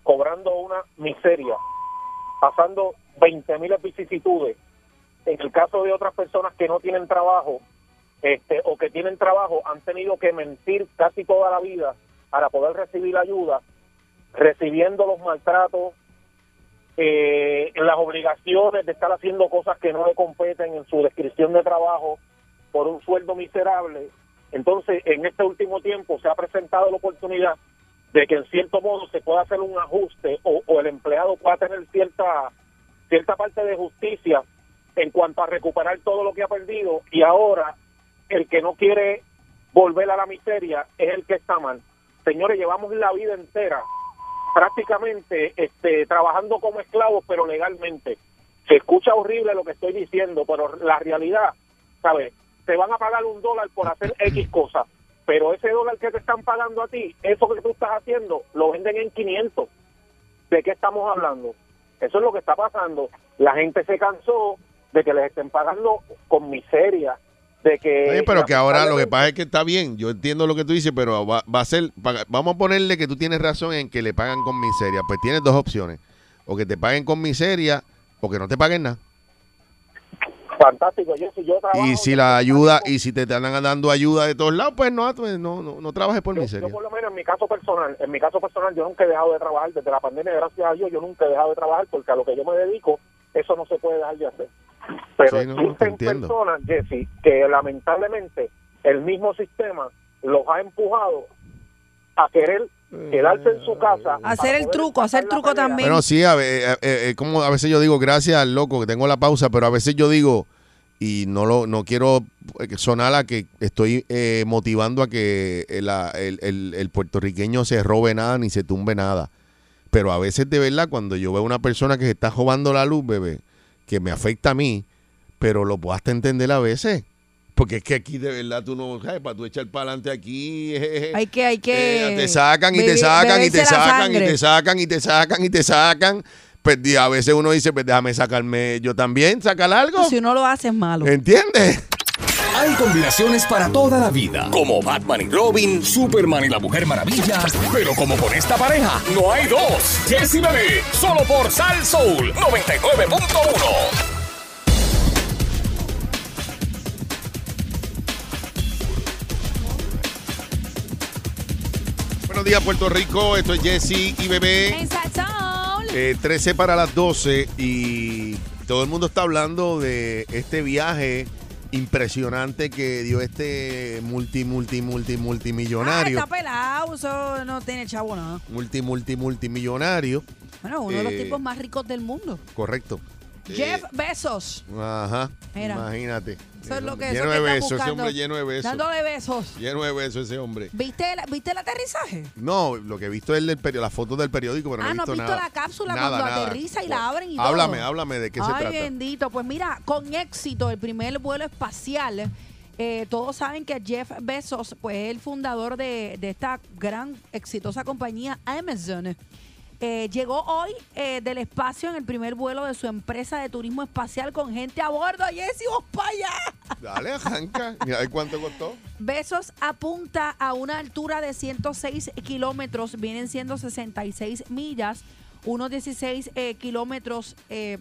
S7: cobrando una miseria, pasando 20 mil vicisitudes. En el caso de otras personas que no tienen trabajo, este, o que tienen trabajo, han tenido que mentir casi toda la vida para poder recibir ayuda, recibiendo los maltratos, eh, las obligaciones de estar haciendo cosas que no le competen en su descripción de trabajo por un sueldo miserable. Entonces, en este último tiempo se ha presentado la oportunidad de que en cierto modo se pueda hacer un ajuste o, o el empleado pueda tener cierta cierta parte de justicia en cuanto a recuperar todo lo que ha perdido y ahora el que no quiere volver a la miseria es el que está mal. Señores, llevamos la vida entera prácticamente este, trabajando como esclavos, pero legalmente. Se escucha horrible lo que estoy diciendo, pero la realidad, ¿sabes? Te van a pagar un dólar por hacer X cosas, pero ese dólar que te están pagando a ti, eso que tú estás haciendo, lo venden en 500. ¿De qué estamos hablando? Eso es lo que está pasando. La gente se cansó de que les estén pagando con miseria, de que...
S4: Oye, pero que ahora lo que
S7: lamentablemente-
S4: pasa es que está bien, yo entiendo lo que tú dices, pero va, va a ser, paga- vamos a ponerle que tú tienes razón en que le pagan con miseria. Pues tienes dos opciones, o que te paguen con miseria o que no te paguen nada.
S7: Fantástico, yo, si yo trabajo...
S4: Y si la ayuda, y si te están dando ayuda de todos lados, pues no, pues no, no, no trabajes por miseria.
S7: Yo por lo menos en mi caso personal, en mi caso personal yo nunca he dejado de trabajar desde la pandemia, gracias a Dios yo nunca he dejado de trabajar porque a lo que yo me dedico eso no se puede dejar de hacer. Pero
S4: Sí, no, te
S7: existen
S4: entiendo.
S7: personas, Jesse, que lamentablemente el mismo sistema los ha empujado a querer quedarse en su casa.
S5: Hacer el truco, hacer el truco también.
S4: Bueno, sí, a, ve- eh, eh, eh, como a veces yo digo, gracias al loco que tengo la pausa, pero a veces yo digo, y no lo no quiero eh, sonar a que estoy eh, motivando a que el, la- el- el- el puertorriqueño se robe nada ni se tumbe nada. Pero a veces, de verdad, cuando yo veo una persona que se está robando la luz, bebé, que me afecta a mí, pero lo puedas entender a veces. Porque es que aquí, de verdad, tú no, sabes, para tú echar para adelante aquí, jejeje,
S5: Hay que, hay que.
S4: eh, te sacan y
S5: beber-
S4: te sacan y
S5: beberse
S4: te
S5: la
S4: sacan y
S5: sangre.
S4: te sacan y te sacan y te sacan. Pues, di- a veces uno dice, pues déjame sacarme yo también, sacar algo.
S5: Pues, Si uno lo hace es malo.
S4: ¿Entiendes?
S1: Hay combinaciones para toda la vida, como Batman y Robin, Superman y la Mujer Maravilla, pero como con esta pareja, no hay dos. Jesse Bebé, solo por Sal Soul 99.1.
S4: Buenos días, Puerto Rico. Esto es Jesse y Bebé.
S5: En Sazón.
S4: Eh, 13 para las 12 y todo el mundo está hablando de este viaje impresionante que dio este multi, multi, multi,
S5: Ah,
S4: multimillonario.
S5: está pelado, eso no tiene chavo nada.
S4: multi, multi, multimillonario.
S5: Bueno, uno de los
S4: Eh,
S5: tipos más ricos del mundo.
S4: Correcto. Eh,
S5: Jeff Bezos.
S4: Ajá.
S5: Mira.
S4: Imagínate.
S5: Eso es lo que, eso
S4: lleno
S5: que
S4: de
S5: está
S4: besos, ese
S5: buscando.
S4: hombre lleno de besos.
S5: Dándole besos.
S4: Lleno de besos ese hombre.
S5: ¿Viste el, ¿Viste el aterrizaje?
S4: No, lo que he visto es del peri- las fotos del periódico, pero no
S5: ah,
S4: he
S5: no
S4: visto
S5: has visto
S4: nada.
S5: la cápsula
S4: Nada,
S5: cuando
S4: nada.
S5: aterriza y la abren y
S4: Háblame,
S5: todo.
S4: háblame de qué
S5: Ay,
S4: se trata.
S5: bendito. Pues mira, con éxito el primer vuelo espacial. Eh, todos saben que Jeff Bezos, pues es el fundador de, de esta gran exitosa compañía Amazon. Eh, llegó hoy eh, del espacio en el primer vuelo de su empresa de turismo espacial con gente a bordo. Jessy, vos para allá.
S4: Dale, arranca. Mira, a ver cuánto costó.
S5: Besos apunta a una altura de 106 kilómetros, vienen siendo 66 millas, unos 16 eh, kilómetros eh,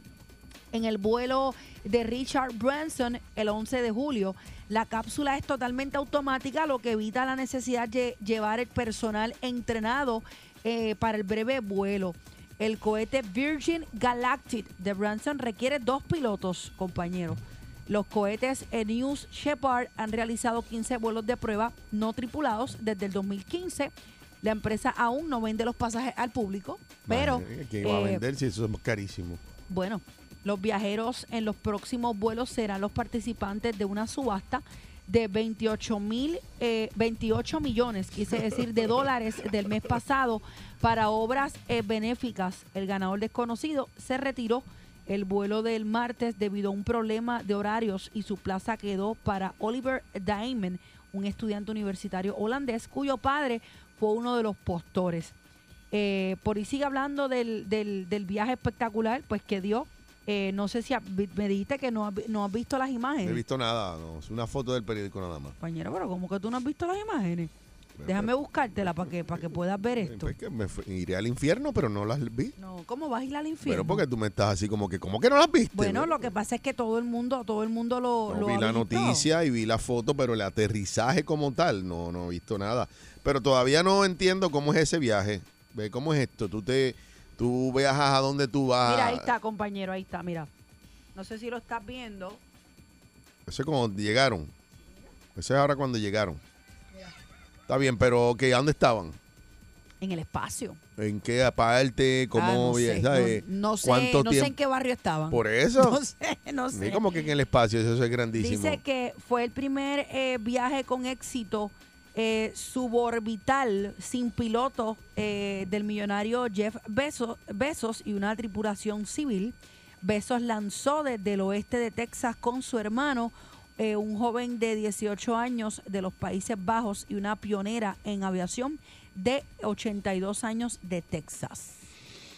S5: en el vuelo de Richard Branson el 11 de julio. La cápsula es totalmente automática, lo que evita la necesidad de llevar el personal entrenado eh, para el breve vuelo. El cohete Virgin Galactic de Branson requiere dos pilotos, compañeros. Los cohetes eh, News Shepard han realizado 15 vuelos de prueba no tripulados desde el 2015. La empresa aún no vende los pasajes al público, pero
S4: Madre, ¿Quién va a
S5: eh,
S4: vender si eso es carísimo?
S5: bueno, los viajeros en los próximos vuelos serán los participantes de una subasta de 28 mil, eh, 28 millones, quise decir, de dólares del mes pasado para obras eh, benéficas. El ganador desconocido se retiró el vuelo del martes debido a un problema de horarios y su plaza quedó para Oliver Diamond, un estudiante universitario holandés cuyo padre fue uno de los postores. Eh, por ahí sigue hablando del, del, del viaje espectacular, pues que dio. Eh, no sé si ha- vi- me dijiste que no, has vi- no has visto las
S4: No he
S5: imágenes.
S4: visto nada, no. Es una foto del periódico nada más.
S5: Compañero, pero como que tú no has visto las imágenes. Déjame buscártela para que, para que puedas ver esto.
S4: Pues que me fui- iré al infierno, pero no las vi.
S5: No, ¿cómo vas a ir al infierno?
S4: Pero porque tú me estás así como que, ¿cómo que no las viste? Pues,
S5: bueno, lo que pasa es que todo el mundo, todo el mundo lo,
S4: No,
S5: lo
S4: vi
S5: ha
S4: la
S5: visto.
S4: noticia y vi la foto, pero el aterrizaje como tal, no, no he visto nada. Pero todavía no entiendo cómo es ese viaje. Ve cómo es esto. Tú te, tú viajas a donde tú vas.
S5: Mira, ahí está, compañero, ahí está, mira. No sé si lo estás viendo.
S4: Eso es cuando llegaron. Eso es ahora cuando llegaron. Está bien, pero que ¿a dónde estaban?
S5: En el espacio.
S4: ¿En qué parte? ¿Cómo
S5: Ah, no,
S4: via-
S5: sé,
S4: sabes?
S5: no- no sé,
S4: ¿Cuánto
S5: no sé
S4: tiempo?
S5: en qué barrio estaban.
S4: Por eso.
S5: No sé, no sé.
S4: Sí, como que en el espacio, eso es grandísimo.
S5: Dice que fue el primer eh, viaje con éxito eh, suborbital sin piloto eh, del millonario Jeff Bezos, Bezos y una tripulación civil. Bezos lanzó desde el oeste de Texas con su hermano, eh, un joven de 18 años de los Países Bajos y una pionera en aviación de 82 años de Texas.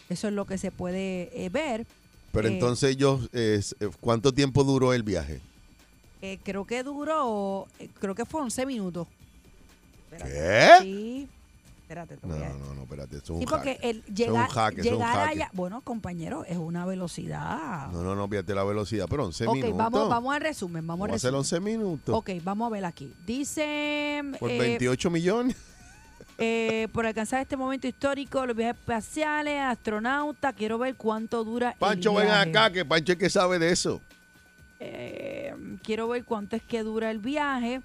S5: Eso es lo que se puede eh, ver.
S4: pero
S5: Eh,
S4: entonces ellos, eh, ¿cuánto tiempo duró el viaje?
S5: Eh, creo que duró, eh, creo que fue 11 minutos.
S4: ¿Qué?
S5: Sí. Espérate, te
S4: No,
S5: voy a-
S4: no, no, no, espérate, eso es ¿Eh? un
S5: Sí, porque
S4: hack.
S5: el
S4: Eso es un
S5: llegar,
S4: hack, eso es un
S5: llegar
S4: hack.
S5: allá, bueno, compañero, es una velocidad.
S4: No, no, no, fíjate la velocidad, pero 11
S5: ok,
S4: minutos.
S5: vamos, vamos al resumen, vamos,
S4: Vamos
S5: al
S4: a hacer
S5: resumen.
S4: 11 minutos.
S5: Ok, vamos a ver aquí. Dice
S4: Por
S5: eh,
S4: 28 millones.
S5: eh, por alcanzar este momento histórico, los viajes espaciales, astronauta, quiero ver cuánto dura el
S4: Pancho, ven
S5: viaje.
S4: acá, que Pancho es que sabe de eso.
S5: Eh, quiero ver cuánto es que dura el viaje.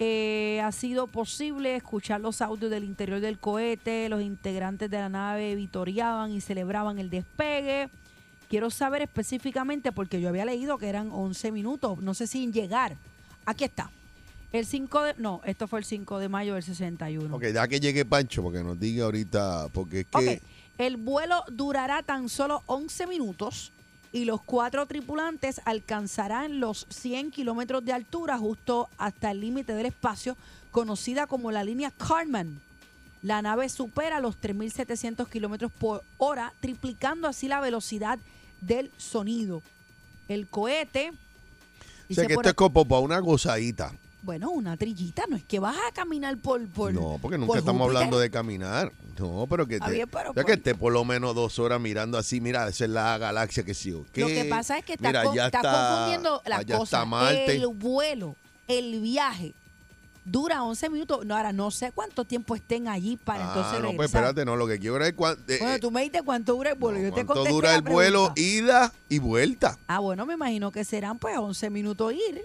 S5: Eh, ha sido posible escuchar los audios del interior del cohete. Los integrantes de la nave vitoreaban y celebraban el despegue. Quiero saber específicamente, porque yo había leído que eran 11 minutos, no sé si en llegar. Aquí está. El 5 de... No, esto fue el 5 de mayo del 61.
S4: Ok, ya que llegue Pancho, porque nos diga ahorita, porque es que...
S5: Mm. Ok, El vuelo durará tan solo 11 minutos y los cuatro tripulantes alcanzarán los 100 kilómetros de altura justo hasta el límite del espacio, conocida como la línea Karman. La nave supera los 3.700 kilómetros por hora, triplicando así la velocidad del sonido. El cohete...
S4: o sea,
S5: dice
S4: que este
S5: por
S4: esto es como para una gozadita.
S5: bueno, una trillita, no es que vas a caminar por... por
S4: No, porque nunca
S5: por
S4: estamos
S5: Júpiter.
S4: hablando de caminar. No, pero que
S5: Está
S4: te,
S5: bien, pero
S4: o sea, que esté por lo menos dos horas mirando así, mira, esa es la galaxia que sí.
S5: Lo que pasa es que estás,
S4: mira,
S5: con-
S4: ya
S5: estás
S4: está-
S5: confundiendo las
S4: allá
S5: cosas.
S4: Está Marte.
S5: El vuelo, el viaje, dura 11 minutos. No, ahora no sé cuánto tiempo estén allí para entonces
S4: ah, no,
S5: regresar.
S4: pues espérate, no, lo que quiero es cuán- eh,
S5: Bueno,
S4: eh,
S5: tú me dijiste cuánto dura el vuelo. Yo te
S4: cuánto
S5: contesté
S4: dura
S5: la
S4: el vuelo,
S5: pregunta.
S4: ida y vuelta.
S5: Ah, bueno, me imagino que serán pues 11 minutos ir,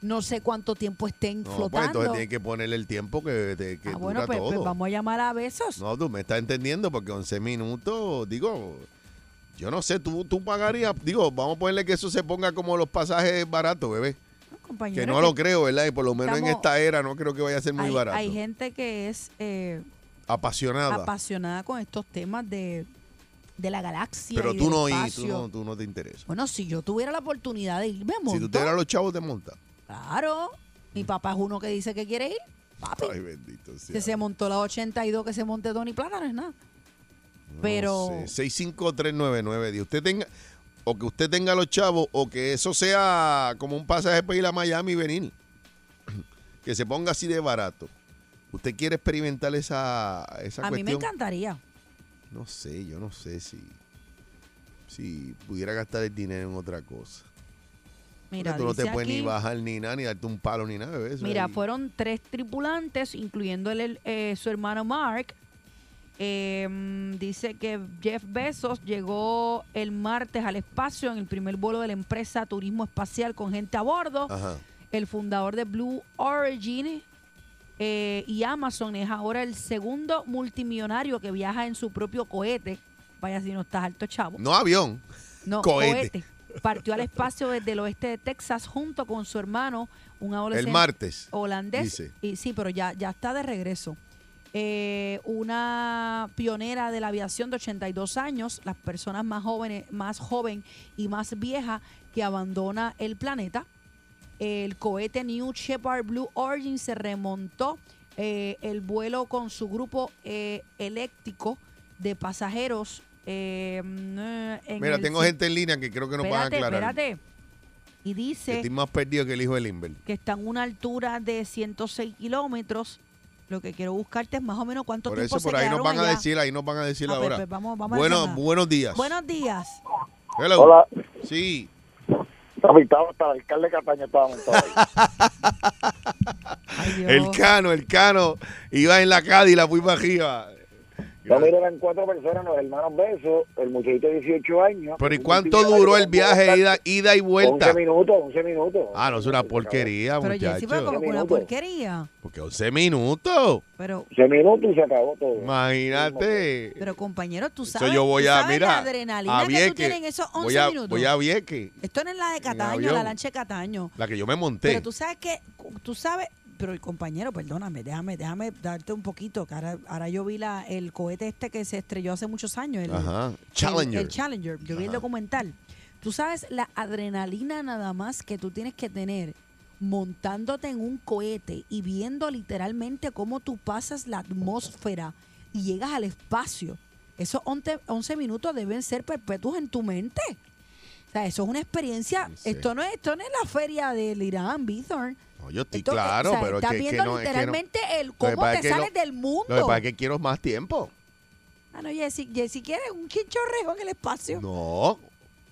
S5: no sé cuánto tiempo estén
S4: No, pues
S5: flotando.
S4: entonces tiene que ponerle el tiempo que, te- que
S5: ah, bueno,
S4: dura
S5: pues, pues
S4: todo.
S5: vamos a llamar a Besos.
S4: No, tú me estás entendiendo porque 11 minutos, digo, yo no sé, tú, tú pagarías, digo, vamos a ponerle que eso se ponga como los pasajes baratos, bebé.
S5: compañera,
S4: Que no lo creo, ¿verdad? Y por lo menos en
S5: estamos-
S4: esta era no creo que vaya a ser muy
S5: hay,
S4: barato.
S5: hay gente que es eh,
S4: Apasionada.
S5: apasionada con estos temas de, de la galaxia.
S4: Pero
S5: y
S4: tú
S5: del
S4: no, y, tú
S5: espacio.
S4: no, tú no te interesa.
S5: Bueno, si yo tuviera la oportunidad de irme,
S4: si
S5: monto.
S4: tú te eras los chavos, te montas.
S5: Claro. Mi papá es uno que dice que quiere ir. Papi.
S4: Ay, bendito sea.
S5: Si se montó la 82 que se monte Tony Plata, no es nada. Pero.
S4: No sé, 65399. de usted tenga, o que usted tenga los chavos, o que eso sea como un pasaje para ir a Miami y venir. Que se ponga así de barato. ¿Usted quiere experimentar esa, esa
S5: a mí
S4: cuestión?
S5: me encantaría.
S4: No sé, yo no sé si, si pudiera gastar el dinero en otra cosa.
S5: Mira,
S4: tú no te
S5: dice
S4: puedes ni
S5: aquí-
S4: bajar ni nada, ni darte un palo ni nada, bebé. Eso
S5: Mira,
S4: ahí-
S5: fueron tres tripulantes, incluyendo el- el, eh, su hermano Mark. Eh, mm, dice que Jeff Bezos llegó el martes al espacio en el primer vuelo de la empresa Turismo Espacial con gente a bordo.
S3: Ajá.
S5: El fundador de Blue Origin eh, y Amazon es ahora el segundo multimillonario que viaja en su propio cohete. Vaya si no estás alto, chavo.
S4: No avión.
S5: No,
S4: cohete.
S5: cohete. Partió al espacio desde el oeste de Texas junto con su hermano, un adolescente
S4: martes,
S5: holandés.
S4: dice.
S5: Y sí, pero ya, ya está de regreso. Eh, una pionera de la aviación de 82 años, las personas más jóvenes, más joven y más vieja que abandona el planeta. El cohete New Shepard Blue Origin se remontó eh, el vuelo con su grupo eh, eléctrico de pasajeros. eh, en
S4: Mira,
S5: el
S4: tengo
S5: ci-
S4: gente en línea que creo que nos van a
S5: espérate,
S4: aclarar.
S5: espérate. Y
S4: Que
S5: dice
S4: estoy más perdido que el hijo del Inver.
S5: que está a una altura de 106 kilómetros. Lo que quiero buscarte es más o menos cuánto
S4: Por
S5: tiempo
S4: eso
S5: se
S4: por ahí nos
S5: quedaron
S4: van a
S5: allá.
S4: decir, ahí nos van a decir
S5: Ah, pues,
S4: ahora.
S5: pues, vamos- vamos a
S4: Bueno,
S5: llamar.
S4: buenos días.
S5: Buenos días.
S4: Hello.
S7: Hola.
S4: Sí.
S7: Estaba hasta el alcalde Cataño estaba montado ahí.
S4: El cano, el cano. Iba en la Cádiz y la fui para arriba.
S9: No, mira, eran cuatro personas, los hermanos Besos, el muchachito de 18 años.
S4: Pero ¿y
S9: Un
S4: cuánto
S9: multimillonario
S4: duró
S9: con
S4: el viaje ida, ida y
S9: 11
S4: vuelta?
S9: minutos, 11 minutos.
S4: Ah, no, es una porquería,
S5: Pero Jessy, pero como
S4: muchachos.
S5: que una porquería.
S4: Porque 11 minutos.
S5: Pero,
S9: 11 minutos y se acabó todo.
S4: Imagínate.
S5: pero compañero, tú
S4: Eso
S5: sabes,
S4: yo voy
S5: tú
S4: a,
S5: sabes la
S4: mira,
S5: adrenalina
S4: a
S5: que tú
S4: Vieques.
S5: tienes en esos 11
S4: voy a,
S5: minutos.
S4: Voy a Vieques,
S5: Esto no es la de Cataño,
S4: avión.
S5: la lancha de Cataño.
S4: la que yo me monté.
S5: Pero tú sabes que, tú sabes, pero compañero, perdóname, déjame, déjame darte un poquito, que ahora, ahora yo vi la, el cohete este que se estrelló hace muchos años, el,
S4: Ajá.
S5: el-
S4: Challenger.
S5: el Challenger, yo vi el
S4: Ajá.
S5: documental. Tú sabes la adrenalina nada más que tú tienes que tener montándote en un cohete y viendo literalmente cómo tú pasas la atmósfera y llegas al espacio. Esos 11, 11 minutos deben ser perpetuos en tu mente. O sea, eso es una experiencia. Esto no es, esto no es la feria del Irán, Bithorn.
S4: No, yo estoy
S5: Esto-
S4: claro,
S5: o sea,
S4: pero es
S5: estás
S4: que, es que
S5: viendo
S4: no es que no.
S5: literalmente el
S4: Lo que
S5: cómo
S4: pasa
S5: te
S4: es que
S5: sales
S4: no-
S5: del mundo.
S4: Lo que pasa es que quiero más tiempo.
S5: Ah, no, Jessy, Jessy quiere un quinchorreo en el espacio.
S4: No,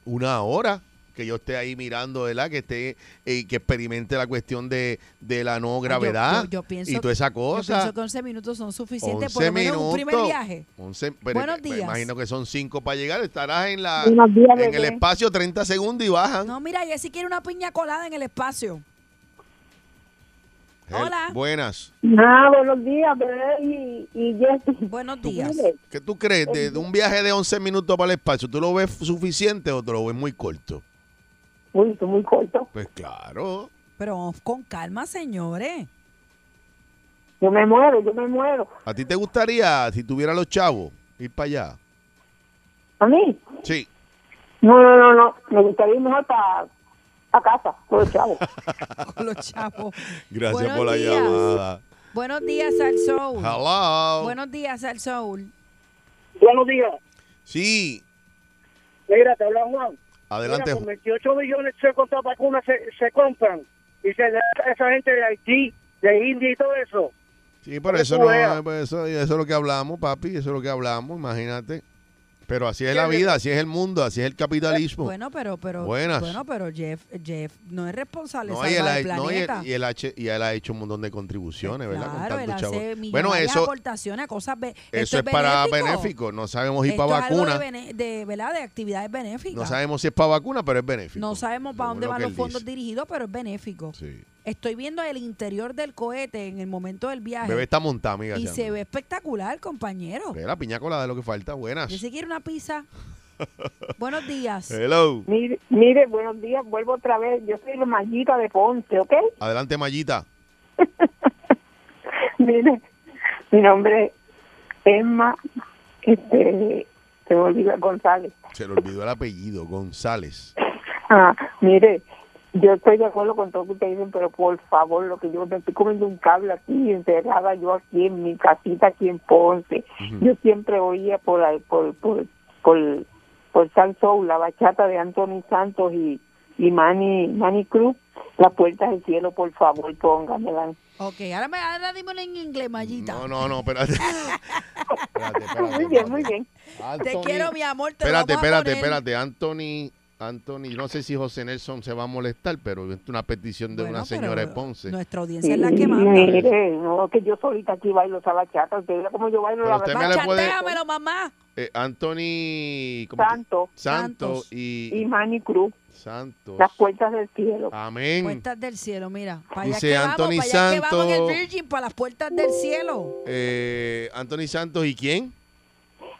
S4: una hora que yo esté ahí mirando, ¿verdad? Que esté eh, que experimente la cuestión de, de la no gravedad
S5: Yo, yo- yo pienso,
S4: y toda esa
S5: Yo
S4: cosa.
S5: pienso que 11 minutos son suficientes por lo menos en un primer viaje.
S4: 11, pero
S5: Buenos
S4: me- me
S5: días.
S4: imagino que son 5 para llegar. Estarás en la
S5: Buenos días,
S4: en el
S5: bebé.
S4: espacio 30 segundos y bajan.
S5: No, mira, Jessy quiere una piña colada en el espacio.
S4: Hel-
S5: hola.
S4: Eh, Buenas.
S11: Ah, buenos días, bebé y, y Jessy.
S5: Buenos
S4: ¿Qué tú crees de, de un viaje de 11 minutos para el espacio? ¿Tú lo ves suficiente o te lo ves muy corto?
S11: Muy, muy corto.
S4: Pues claro.
S5: Pero vamos con calma, señores.
S11: Yo me muero, yo me muero.
S4: ¿A ti te gustaría, si tuviera los chavos, ir para allá?
S11: ¿A mí?
S4: Sí.
S11: No, no, no, no. Me gustaría ir mejor para casa, con los chavos.
S5: con los chavos.
S4: Gracias
S5: Buenos
S4: por la
S5: días.
S4: llamada.
S5: Buenos días al Soul.
S4: Hello.
S5: Buenos días al Soul.
S9: Buenos días.
S4: Sí,
S9: Mira, te habla Juan.
S4: adelante.
S9: Mira, con 28 millones se compran vacunas, se, se compran. Y se le da a esa gente de Haití, de India y todo eso.
S4: sí, pero
S9: que
S4: eso
S9: tú
S4: no,
S9: veas.
S4: pues eso, eso es lo que hablamos, papi, eso es lo que hablamos, imagínate. Pero así es la vida, así es el mundo, así es el capitalismo.
S5: Bueno, pero, pero,
S4: Buenas.
S5: bueno, pero Jeff, Jeff no es responsable de
S4: No, y él,
S5: salvar
S4: ha,
S5: el
S4: no, y él-
S5: planeta.
S4: y él ha hecho- y él ha hecho un montón de contribuciones, ¿verdad? Con
S5: Claro, él
S4: tantos chavos.
S5: hace millonarias
S4: Bueno, eso,
S5: aportaciones a cosas be- esto
S4: eso es para
S5: benéfico.
S4: benéfico. No sabemos si
S5: Esto
S4: para
S5: es algo de
S4: vacuna.
S5: bene- de, ¿verdad? de actividades benéficas.
S4: No sabemos si es para vacuna, pero es benéfico.
S5: No sabemos para
S4: según
S5: dónde
S4: lo
S5: van
S4: que
S5: los
S4: él
S5: fondos
S4: dice.
S5: dirigidos, pero es benéfico.
S4: Sí.
S5: Estoy viendo el interior del cohete en el momento del viaje.
S4: Bebé está montada, amiga.
S5: y
S4: ya.
S5: se ve espectacular, compañero.
S4: Ve la piña colada de lo que falta. Buenas.
S5: Yo sí quiero una pizza. Buenos
S4: Eh.
S5: días.
S4: Hello.
S11: Mire, mire, buenos días, vuelvo otra vez. Yo soy la Mayita de Ponce, ¿ok?
S4: Adelante, Mayita.
S11: Mire, mi nombre es Emma, este, se me olvida González.
S4: Se le olvidó el apellido, González.
S11: Ah, mire, yo estoy de acuerdo con todo lo que ustedes dicen, pero por favor, lo que yo me estoy comiendo un cable aquí, encerrada yo aquí en mi casita, aquí en Ponce.
S4: Mm.
S3: Ujú.
S11: Yo siempre oía por, ahí- por, por, por, por San Soul, la bachata de Anthony Santos y, y Manny, Manny Cruz, Las Puertas del Cielo, por favor, póngamela.
S5: Ok, ahora, me, ahora dímelo en inglés, Mayita.
S4: No, no, no, espérate.
S11: Muy bien, muy bien.
S5: Te
S4: Anthony.
S5: quiero, mi amor. Te lo
S4: Espérate,
S5: vamos a
S4: espérate,
S5: poner.
S4: espérate. Anthony, Anthony, no sé si José Nelson se va a molestar, pero es una petición de una señora de Ponce.
S5: Nuestra audiencia es
S11: Sí,
S5: la que manda.
S11: Mire, no, que yo solita aquí bailo esa bachata. Usted mira cómo yo bailo
S4: Pero
S11: la
S4: usted
S11: bachata.
S4: me la puede-
S5: Déjamelo, mamá.
S4: Eh, Anthony ¿cómo que-
S11: Santo.
S4: Santo y,
S11: Y Manny Cruz,
S4: Santos.
S11: Las Puertas del Cielo.
S4: Amén.
S5: Puertas del cielo, mira. Para allá
S4: Dice
S5: que vamos,
S4: Anthony
S5: para allá que vamos en el
S4: Santos.
S5: Virgin, para las puertas del cielo.
S4: Eh, Anthony Santos y quién?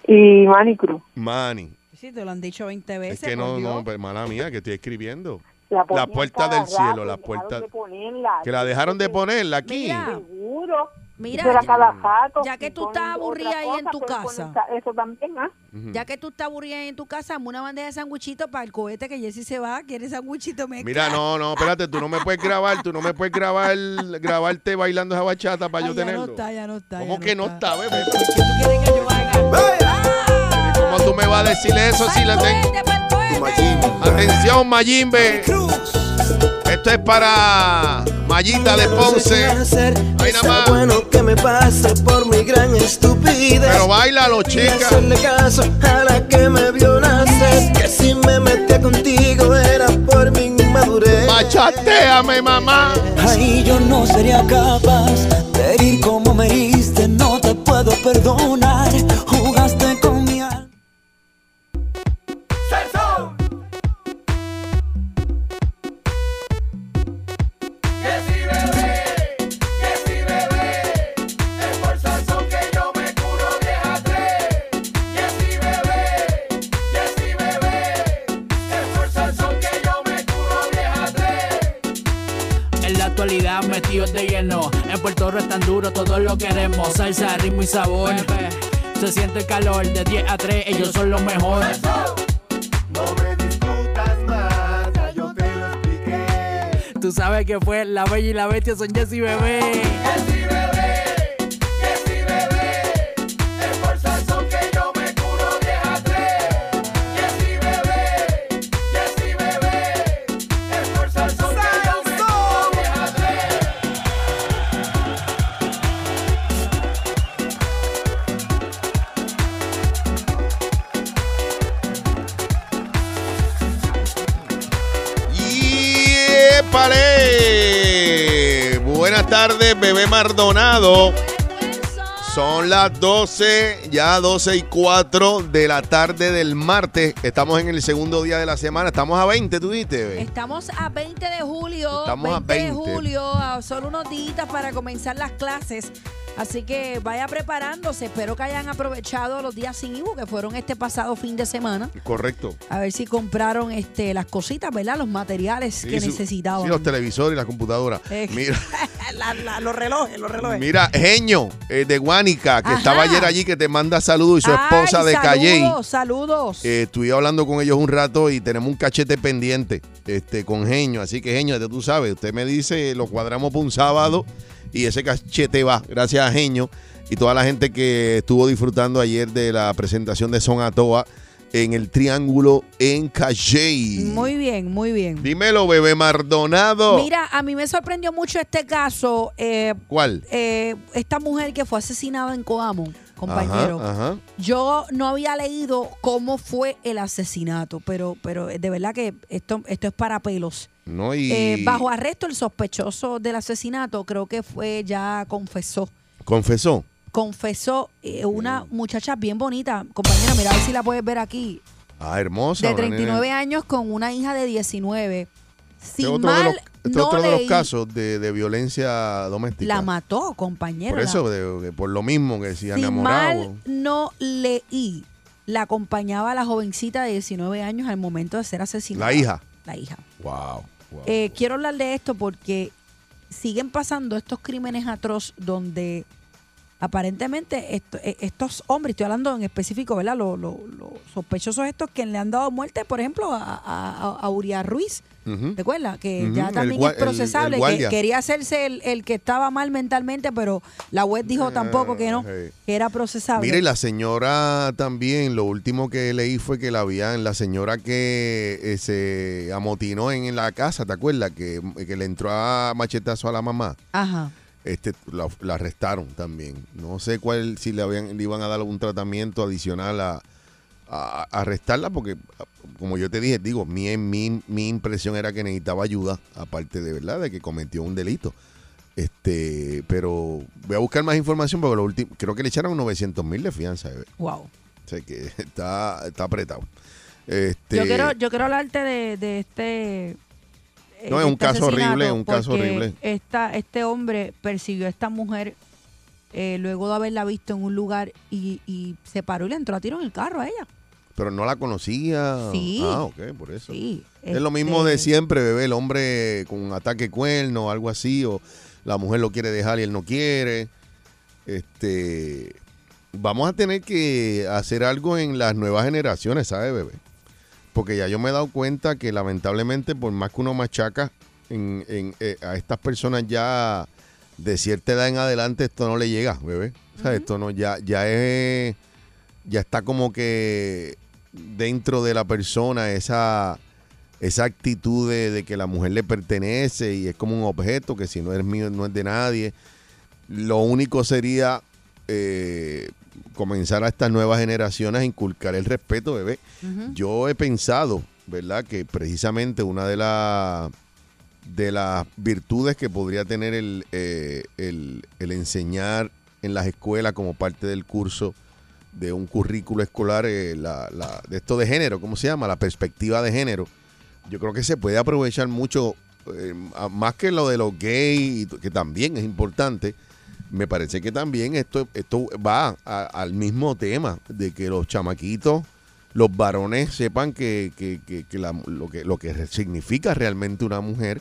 S11: Y Manny Cruz.
S4: Manny.
S5: Sí, te lo han dicho 20 veces.
S4: Es que no, no, pero mala mía, que estoy escribiendo.
S11: La
S4: La,
S11: ponían
S4: puerta
S11: cada
S4: del cielo,
S11: rato,
S4: la
S11: dejaron
S4: puerta.
S11: de ponerla.
S4: Que la dejaron de ponerla aquí.
S11: Seguro.
S5: Mira,
S11: Eso era
S5: ya-
S11: cada rato,
S5: ya que
S11: y
S5: tú
S11: ponen
S5: estás aburrida
S11: otra
S5: ahí en
S11: cosa,
S5: tu
S11: pues
S5: casa.
S11: ponen ta- Eso también, ¿ah?
S4: Ujú.
S5: Ya que tú estás aburrida ahí en tu casa, hazme una bandeja de sanguichito para el cohete que Jessy se va. ¿Quiere sanguichito? Me
S4: Mira, no, no, espérate, tú no me puedes grabar, tú no me puedes grabar, grabarte bailando esa bachata para yo
S5: ya no
S4: tenerlo.
S5: está, ya no está.
S4: ¿Cómo que no está, bebé?
S5: Ah.
S4: Ey, ¿Cómo tú me vas a decir eso si le tengo? Atención, Mayimbe. Esto es para Mayita de Ponce. Ahí nada más.
S12: bueno que me pase por mi gran estupidez.
S4: Pero bailalo,
S12: Quería
S4: chica.
S12: hacerle caso a la que me vio nacer. Que si me metía contigo era por mi inmadurez.
S4: Machateame, mamá.
S12: Ay, yo no sería capaz de herir como me heriste. No te puedo perdonar. Jugaste con mi alma.
S3: Esforzarse que yo me curo 10 a 3. Jessy bebé, Jessy bebé. Esforzarse que yo me curo 10 a 3.
S2: En la actualidad metidos de lleno. En Puerto Rico es tan duro, todos lo queremos. Salsa, ritmo y sabor. Se siente el calor de 10 a 3, ellos son los mejores. Tú sabes que fue la bella y la bestia son Jessy Bebé.
S3: Esforzarse que yo me curo 10 a 3. Jessy bebé, Jessy bebé. Esforzarse que yo me curo 10 a 3.
S4: ¡Yépale! Buenas tardes, bebé Mardonado. Son las 12, ya 12 y 4 de la tarde del martes. Estamos en el segundo día de la semana. Estamos a 20, tú dijiste, bebé.
S5: Estamos a 20 de julio.
S4: Estamos a
S5: 20 de
S4: 20.
S5: julio, a solo unos días para comenzar las clases. Así que vaya preparándose. Espero que hayan aprovechado los días sin Ibu que fueron este pasado fin de semana.
S4: Correcto.
S5: A ver si compraron este, las cositas, ¿verdad? Los materiales
S4: Sí,
S5: que
S4: su-
S5: necesitaban.
S4: sí, los televisores y las computadoras.
S5: Eh,
S4: Mira.
S5: la- la- los relojes, los relojes.
S4: Mira, Genio eh, de Guánica, que
S5: pues. Ajá.
S4: estaba ayer allí, que te manda saludos, y su esposa
S5: Ay,
S4: de Calley.
S5: Saludos, saludos.
S4: Eh, estuve hablando con ellos un rato y tenemos un cachete pendiente este, con Genio. Así que, Genio, ya tú sabes, usted me dice, lo cuadramos para un sábado y ese cachete va, gracias a Genio y toda la gente que estuvo disfrutando ayer de la presentación de Son Atoa en el Triángulo en Calley.
S5: Muy bien, muy bien.
S4: Dímelo, bebé Mardonado.
S5: Mira, a mí me sorprendió mucho este caso. eh,
S4: ¿Cuál?
S5: eh, esta mujer que fue asesinada en Coamo, compañero.
S4: Ajá, ajá.
S5: Yo no había leído cómo fue el asesinato, pero, pero eh, de verdad que esto, esto es para pelos.
S4: No, y
S5: Eh, bajo arresto, el sospechoso del asesinato creo que fue ya confesó.
S4: confesó.
S5: Confesó eh, una muchacha bien bonita, compañera, mira a ver si la puedes ver aquí,
S4: Ah, hermosa.
S5: de
S4: una nena.
S5: 39 años con una hija de 19. Si
S4: Este otro de
S5: mal
S4: los- Esto
S5: No
S4: es otro de los
S5: leí.
S4: casos de, de violencia doméstica.
S5: La mató, compañero.
S4: por
S5: la-
S4: eso, de- de- por lo mismo que si han
S5: si
S4: enamorado.
S5: mal no leí, la acompañaba la jovencita de 19 años al momento de ser asesinada.
S4: La hija.
S5: La hija.
S4: Wow. wow.
S5: Eh, quiero hablar de esto porque siguen pasando estos crímenes atroz donde aparentemente esto- eh, estos hombres, estoy hablando en específico, ¿verdad? Los sospechosos estos que le han dado muerte, por ejemplo, a, a, a- a Uriah Ruiz.
S4: Ujú.
S5: ¿Te acuerdas? Que
S4: Ujú,
S5: ya
S4: el
S5: también
S4: gua-
S5: es procesable.
S4: el- el
S5: que
S4: guardia.
S5: quería hacerse el, el que estaba mal mentalmente, pero la web dijo tampoco que no,
S4: Eh,
S5: que era
S4: Ah,
S5: procesable.
S4: Mira, y la señora también, lo último que leí fue que la habían, la señora que eh, se amotinó en, en la casa, ¿te acuerdas? Que, que le entró a machetazo a la mamá.
S5: Ajá.
S4: Este, la, la arrestaron también. No sé cuál, si le, habían, le iban a dar algún tratamiento adicional a, a- a arrestarla, porque a- como yo te dije, digo, mi, mi, mi impresión era que necesitaba ayuda, aparte de verdad, de que cometió un delito. Este, pero voy a buscar más información porque lo último, creo que le echaron 900 mil de fianza, bebé.
S5: Wow.
S4: O sea que está, está apretado. Este,
S5: Yo quiero, yo quiero hablarte de, de este.
S4: No,
S5: eh,
S4: es un
S5: este
S4: caso horrible,
S5: asesinato,
S4: es un caso
S5: porque
S4: horrible.
S5: Esta, este hombre persiguió a esta mujer eh, luego de haberla visto en un lugar y, y se paró y le entró a tiro en el carro a ella.
S4: Pero no la conocía.
S5: Sí.
S4: Ah, ok, por eso.
S5: Sí,
S4: Es lo mismo de siempre, bebé, el hombre con un ataque cuerno o algo así, o la mujer lo quiere dejar y él no quiere. Este, vamos a tener que hacer algo en las nuevas generaciones, ¿sabes, bebé? Porque ya yo me he dado cuenta que lamentablemente, por más que uno machaca en- en, eh, a estas personas ya de cierta edad en adelante, esto no le llega, bebé. O sea, esto no, ya, ya es ya está como que dentro de la persona esa, esa actitud de, de que la mujer le pertenece y es como un objeto que si no es mío no es de nadie. Lo único sería eh, comenzar a estas nuevas generaciones a inculcar el respeto, bebé. Yo he pensado, ¿verdad? Que precisamente una de las de las virtudes que podría tener el, eh, el- el enseñar en las escuelas como parte del curso de un currículo escolar, eh, la- la- de esto de género, ¿cómo se llama? La perspectiva de género. Yo creo que se puede aprovechar mucho, eh, a- más que lo de los gays, y t- que también es importante, me parece que también esto, esto va a- al mismo tema de que los chamaquitos, los varones sepan que, que- que- que la- lo, que, lo que significa realmente una mujer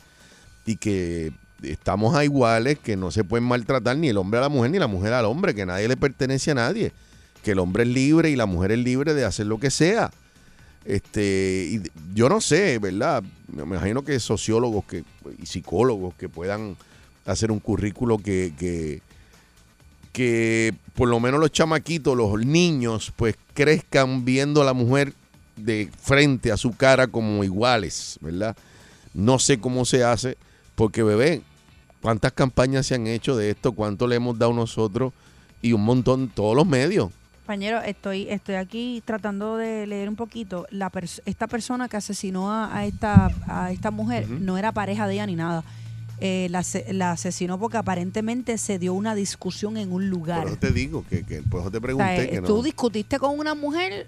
S4: y que estamos a iguales, que no se pueden maltratar ni el hombre a la mujer ni la mujer al hombre, que nadie le pertenece a nadie, que el hombre es libre y la mujer es libre de hacer lo que sea. Este, y d- yo no sé, ¿verdad? Me me imagino que sociólogos que, y psicólogos que puedan hacer un currículo que, que, que por lo menos los chamaquitos, los niños, pues crezcan viendo a la mujer de frente a su cara como iguales, ¿verdad? No sé cómo se hace, porque bebé, cuántas campañas se han hecho de esto, cuánto le hemos dado nosotros y un montón, todos los medios.
S5: Compañero, estoy, estoy aquí tratando de leer un poquito. La pers- esta persona que asesinó a, a esta, a esta mujer
S13: Ujú.
S5: no era pareja de ella ni nada. Eh, la, ase- la asesinó porque aparentemente se dio una discusión en un lugar.
S4: Por eso te digo, que, que por eso te
S5: O sea,
S4: pregunté
S5: eh,
S4: que no.
S5: tú discutiste con una mujer,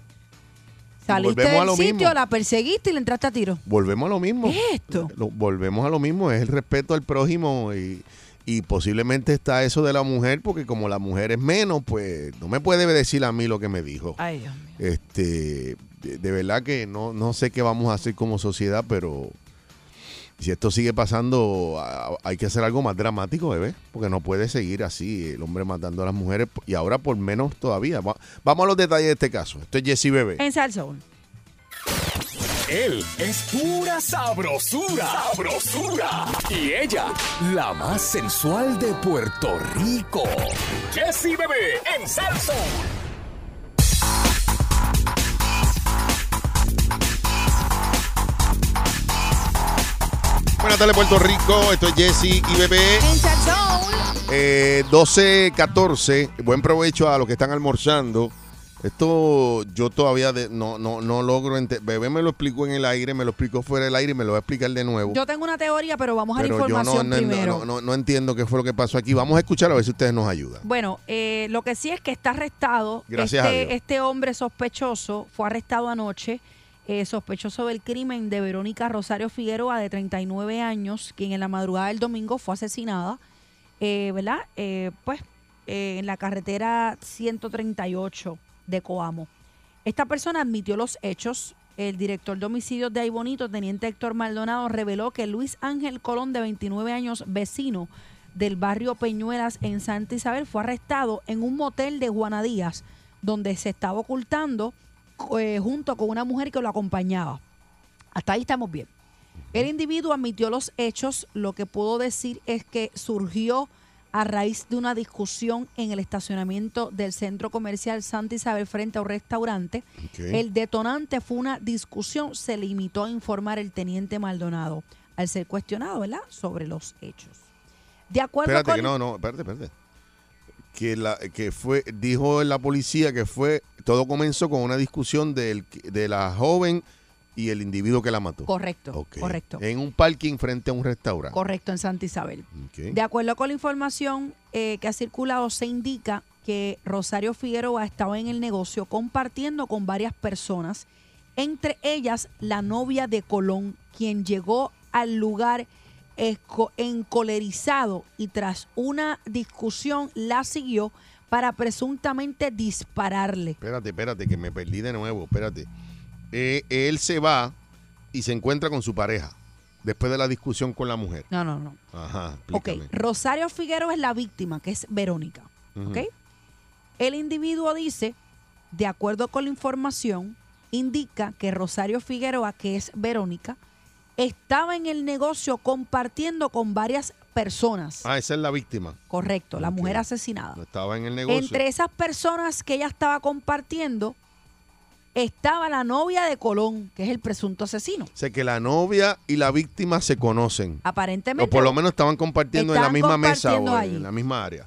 S5: saliste
S4: Volvemos a
S5: del
S4: lo
S5: sitio,
S4: mismo.
S5: la perseguiste y le entraste a tiro.
S4: Volvemos a lo mismo.
S5: ¿Qué es esto?
S4: Lo- volvemos a lo mismo, es el respeto al prójimo y, y posiblemente está eso de la mujer, porque como la mujer es menos, pues no me puede decir a mí lo que me dijo.
S5: Ay, Dios mío.
S4: Este, de, de verdad que no, no sé qué vamos a hacer como sociedad, pero si esto sigue pasando, a- hay que hacer algo más dramático, bebé, porque no puede seguir así, el hombre matando a las mujeres, y ahora por menos todavía. Va- vamos a los detalles de este caso. Esto es Jesse Bebé.
S5: En Salsoul.
S1: Él es pura sabrosura. Sabrosura. Y ella, la más sensual de Puerto Rico. Jessy Bebé en Salso.
S4: Buenas tardes, Puerto Rico. Esto es Jesse y Bebé.
S5: En Salsoul.
S4: Eh, 12, 14. Buen provecho a los que están almorzando. Esto yo todavía de- no, no, no logro entender. Bebé me lo explicó en el aire, me lo explicó fuera del aire y me lo va a explicar de nuevo.
S5: Yo tengo una teoría, pero vamos a la
S4: Pero yo no,
S5: información
S4: no-
S5: primero.
S4: no- no- no entiendo qué fue lo que pasó aquí. Vamos a escuchar a ver si ustedes nos ayudan.
S5: Bueno, eh, lo que sí es que está arrestado.
S4: Gracias a
S5: este,
S4: Dios.
S5: este hombre sospechoso fue arrestado anoche eh, sospechoso del crimen de Verónica Rosario Figueroa, de 39 años, quien en la madrugada del domingo fue asesinada, eh, ¿verdad? Eh, pues eh, en la carretera 138 de Coamo. Esta persona admitió los hechos. El director de homicidios de Aibonito, teniente Héctor Maldonado, reveló que Luis Ángel Colón, de 29 años, vecino del barrio Peñuelas en Santa Isabel, fue arrestado en un motel de Juanadías, donde se estaba ocultando eh, junto con una mujer que lo acompañaba. Hasta ahí estamos bien. El individuo admitió los hechos, lo que puedo decir es que surgió a raíz de una discusión en el estacionamiento del centro comercial Santa Isabel frente a un restaurante.
S3: Ok.
S5: El detonante fue una discusión, se limitó a informar el teniente Maldonado al ser cuestionado, ¿verdad?, sobre los hechos. De acuerdo
S4: Espérate,
S5: con...
S4: que no, no, espérate, espérate. Que, la, que fue, dijo la policía que fue, todo comenzó con una discusión del, de la joven y el individuo que la mató.
S5: Correcto,
S4: Ok.
S5: correcto.
S4: En un parking frente a un restaurante.
S5: Correcto, en Santa Isabel.
S4: Ok.
S5: De acuerdo con la información eh, que ha circulado, se indica que Rosario Figueroa estaba en el negocio compartiendo con varias personas, entre ellas la novia de Colón, quien llegó al lugar esco- encolerizado y tras una discusión la siguió para presuntamente dispararle.
S4: Espérate, espérate, que me perdí de nuevo, espérate. Eh, él se va y se encuentra con su pareja después de la discusión con la mujer.
S5: No, no, no.
S4: Ajá,
S5: Ok,
S4: explícame.
S5: Rosario Figueroa es la víctima, que es Verónica.
S4: Ujú.
S5: ¿ok? El individuo dice, de acuerdo con la información, indica que Rosario Figueroa, que es Verónica, estaba en el negocio compartiendo con varias personas.
S4: Ah, esa es la víctima.
S5: Correcto, la
S4: Ok.
S5: mujer asesinada.
S4: No estaba en el negocio.
S5: Entre esas personas que ella estaba compartiendo estaba la novia de Colón, que es el presunto asesino.
S4: O sea, que la novia y la víctima se conocen.
S5: Aparentemente.
S4: O por lo menos estaban compartiendo
S5: Estaban
S4: en la misma mesa
S5: compartiendo
S4: o
S5: allí.
S4: en la misma área.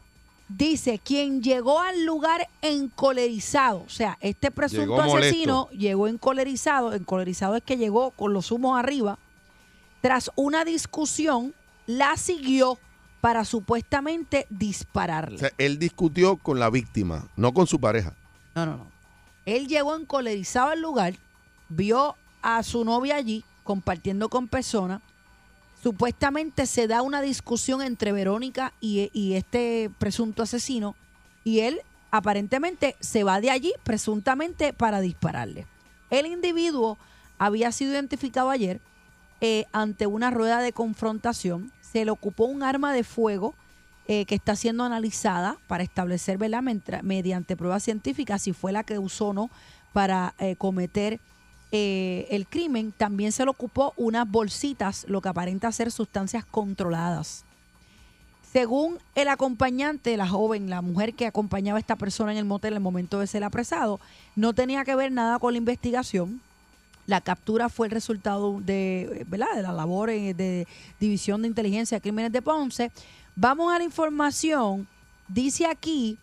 S5: Dice, quien llegó al lugar encolerizado, o sea, este presunto
S4: Llegó molesto.
S5: asesino llegó encolerizado, encolerizado es que llegó con los humos arriba, tras una discusión, la siguió para supuestamente dispararle.
S4: O sea, él discutió con la víctima, no con su pareja.
S5: No, no, no. Él llegó encolerizado al lugar, vio a su novia allí compartiendo con personas. Supuestamente se da una discusión entre Verónica y, y este presunto asesino y él aparentemente se va de allí presuntamente para dispararle. El individuo había sido identificado ayer eh, ante una rueda de confrontación. Se le ocupó un arma de fuego eh, que está siendo analizada para establecer ¿verdad? Mentra- mediante pruebas científicas si fue la que usó o no para eh, cometer eh, el crimen. También se le ocupó unas bolsitas, lo que aparenta ser sustancias controladas. Según el acompañante de la joven, la mujer que acompañaba a esta persona en el motel en el momento de ser apresado, no tenía que ver nada con la investigación. La captura fue el resultado de, ¿verdad? de la labor eh, de División de Inteligencia de Crímenes de Ponce. Vamos a la información. Dice aquí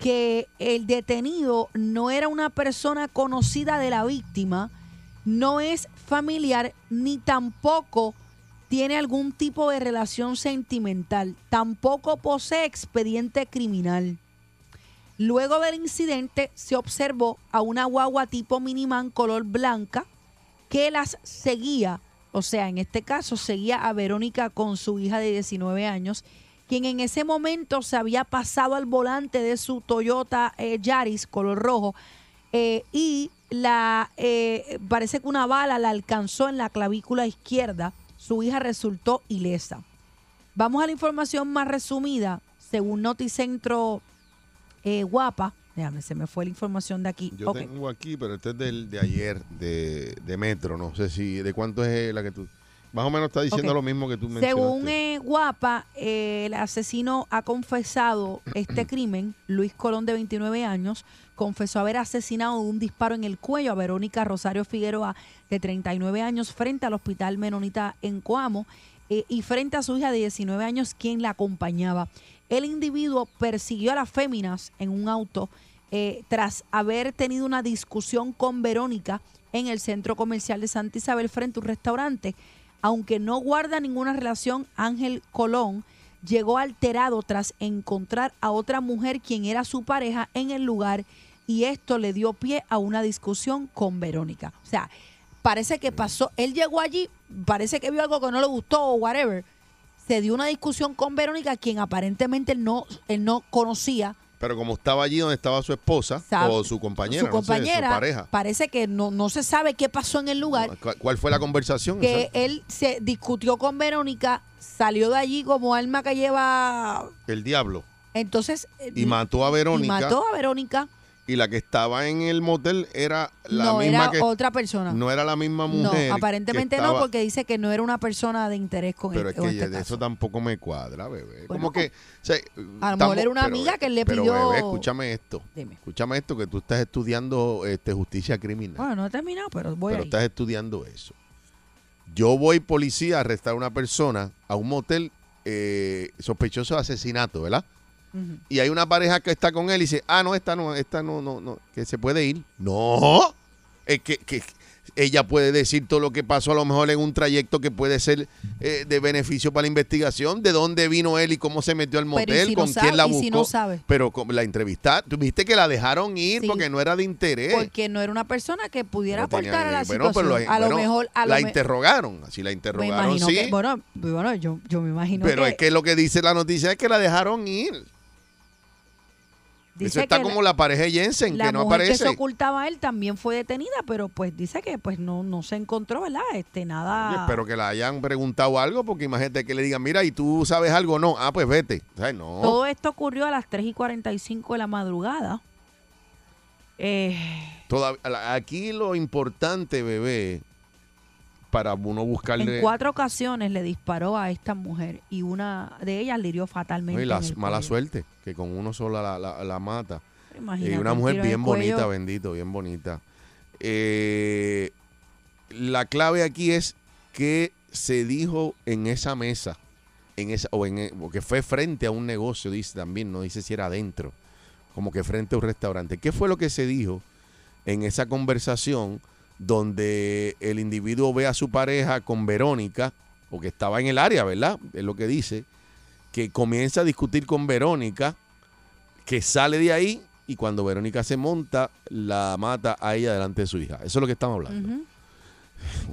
S5: que el detenido no era una persona conocida de la víctima, no es familiar ni tampoco tiene algún tipo de relación sentimental, tampoco posee expediente criminal. Luego del incidente se observó a una guagua tipo miniman color blanca que las seguía, o sea, en este caso seguía a Verónica con su hija de 19 años, quien en ese momento se había pasado al volante de su Toyota eh, Yaris color rojo eh, y la eh, parece que una bala la alcanzó en la clavícula izquierda. Su hija resultó ilesa. Vamos a la información más resumida, según Noticentro eh, Guapa. Déjame, se me fue la información de aquí.
S4: Yo
S5: Ok.
S4: tengo aquí, pero este es del de ayer, de, de Metro, no sé si, de cuánto es la que tú... Más o menos está diciendo
S5: Ok.
S4: lo mismo que tú mencionaste.
S5: Según eh, Guapa, eh, el asesino ha confesado este crimen. Luis Colón, de 29 años, confesó haber asesinado de un disparo en el cuello a Verónica Rosario Figueroa, de 39 años, frente al Hospital Menonita en Coamo eh, y frente a su hija de 19 años, quien la acompañaba. El individuo persiguió a las féminas en un auto eh, tras haber tenido una discusión con Verónica en el centro comercial de Santa Isabel frente a un restaurante. Aunque no guarda ninguna relación, Ángel Colón llegó alterado tras encontrar a otra mujer quien era su pareja en el lugar y esto le dio pie a una discusión con Verónica. O sea, parece que pasó, él llegó allí, parece que vio algo que no le gustó o whatever. Se dio una discusión con Verónica, quien aparentemente él no, él no conocía
S4: Pero como estaba allí donde estaba su esposa
S5: Sabe-
S4: o su compañera,
S5: su
S4: no sé,
S5: compañera.
S4: su pareja.
S5: Parece que no, no se sabe qué pasó en el lugar.
S4: ¿Cuál- ¿Cuál fue la conversación?
S5: que
S4: Exacto.
S5: él se discutió con Verónica, salió de allí como alma que lleva.
S4: El diablo.
S5: Entonces. eh,
S4: Y mató a Verónica.
S5: Y mató a Verónica.
S4: Y la que estaba en el motel era la
S5: no,
S4: misma
S5: era
S4: que
S5: otra persona.
S4: no era la misma mujer.
S5: No,
S4: que
S5: aparentemente no,
S4: estaba-
S5: porque dice que no era una persona de interés con este
S4: pero
S5: él.
S4: es que ya- eso tampoco me cuadra, bebé. Como que o sea,
S5: pues, a lo
S4: estamos-
S5: mejor era una
S4: pero,
S5: amiga que le
S4: pero,
S5: pidió-
S4: bebé, escúchame esto.
S5: Dime.
S4: Escúchame esto que tú estás estudiando este justicia criminal.
S5: Bueno, no he terminado, pero voy
S4: pero
S5: ahí.
S4: estás estudiando eso. Yo voy policía a arrestar a una persona a un motel eh, sospechoso de asesinato, ¿verdad?
S5: Ujú.
S4: Y hay una pareja que está con él y dice, ah, no, esta no, esta no, no, no, que se puede ir. No, es que, que ella puede decir todo lo que pasó a lo mejor en un trayecto que puede ser eh, de beneficio para la investigación, de dónde vino él y cómo se metió al
S5: Pero, ¿y
S4: motel,
S5: si no
S4: con
S5: sabe?
S4: quién la
S5: ¿Y
S4: buscó.
S5: si no sabe?
S4: Pero con la entrevista, tú viste que la dejaron ir porque no era de interés.
S5: Porque no era una persona que pudiera
S4: No tenía
S5: aportar a la
S4: ni- bueno,
S5: situación.
S4: pero
S5: a lo
S4: bueno,
S5: mejor. A lo
S4: la
S5: me-
S4: interrogaron, así la
S5: me
S4: interrogaron,
S5: imagino
S4: sí.
S5: que. Bueno, bueno yo, yo me imagino
S4: pero
S5: que.
S4: es que lo que dice la noticia es que la dejaron ir. Eso
S5: Dice
S4: está
S5: que la-
S4: como la pareja de Jensen,
S5: la
S4: que no
S5: mujer que
S4: aparece.
S5: se ocultaba a él también fue detenida, pero pues dice que pues no, no se encontró, ¿verdad? Este,
S4: Yo
S5: nada.
S4: espero que la hayan preguntado algo, porque imagínate que le digan, mira, ¿y tú sabes algo? No, ah, pues vete. Ay, no.
S5: Todo esto ocurrió a las 3 y 45 de la madrugada. Eh,
S4: Todav- la- aquí lo importante, bebé, para uno buscarle...
S5: en cuatro ocasiones le disparó a esta mujer y una de ellas le hirió
S4: No,
S5: fatalmente.
S4: y
S5: en
S4: la
S5: el
S4: mala
S5: cuello.
S4: suerte, que con uno sola la, la- la mata.
S5: Imagínate,
S4: y una
S5: un
S4: mujer
S5: tiro en el
S4: bien bonita,
S5: cuello.
S4: bendito, bien bonita. Eh, la clave aquí es qué se dijo en esa mesa, en esa, o en, porque fue frente a un negocio, dice también, no dice si era adentro, como que frente a un restaurante. ¿Qué fue lo que se dijo en esa conversación donde el individuo ve a su pareja con Verónica, o que estaba en el área, ¿verdad? Es lo que dice, que comienza a discutir con Verónica, que sale de ahí y cuando Verónica se monta, la mata a ella delante de su hija. Eso es lo que estamos hablando.
S5: Ujú.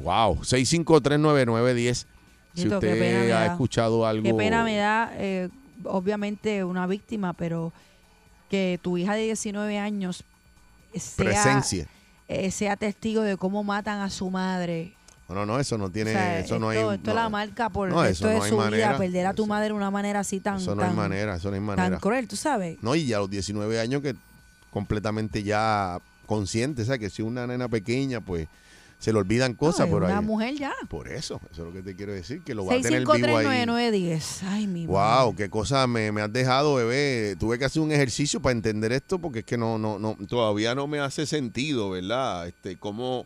S4: Wow, 6539910. Si
S5: Dito, qué pena
S4: usted
S5: me
S4: ha
S5: da.
S4: escuchado algo.
S5: Qué pena me da, eh, obviamente, una víctima, pero que tu hija de 19 años sea,
S4: Presencia.
S5: eh, sea testigo de cómo matan a su madre.
S4: No, no, no, eso no tiene.
S5: O sea,
S4: eso
S5: esto,
S4: no hay.
S5: esto la marca por
S4: no,
S5: el resto
S4: eso
S5: de
S4: no hay
S5: su
S4: manera,
S5: vida. Perder a tu madre de una manera así tan,
S4: eso no
S5: tan,
S4: hay manera, eso no hay
S5: tan
S4: manera.
S5: cruel, tú sabes.
S4: No, y ya a los 19 años que completamente ya consciente, o sea, que si una nena pequeña, pues se le olvidan cosas,
S5: Es
S4: pero
S5: una
S4: ahí-
S5: mujer ya.
S4: Por eso, eso es lo que te quiero decir, que lo va a tener vivo ahí.
S5: 6539910. Ay, mi madre.
S4: Wow, qué cosa me, me has dejado, bebé. Tuve que hacer un ejercicio para entender esto porque es que no, no, no, todavía no me hace sentido, ¿verdad? Este, cómo,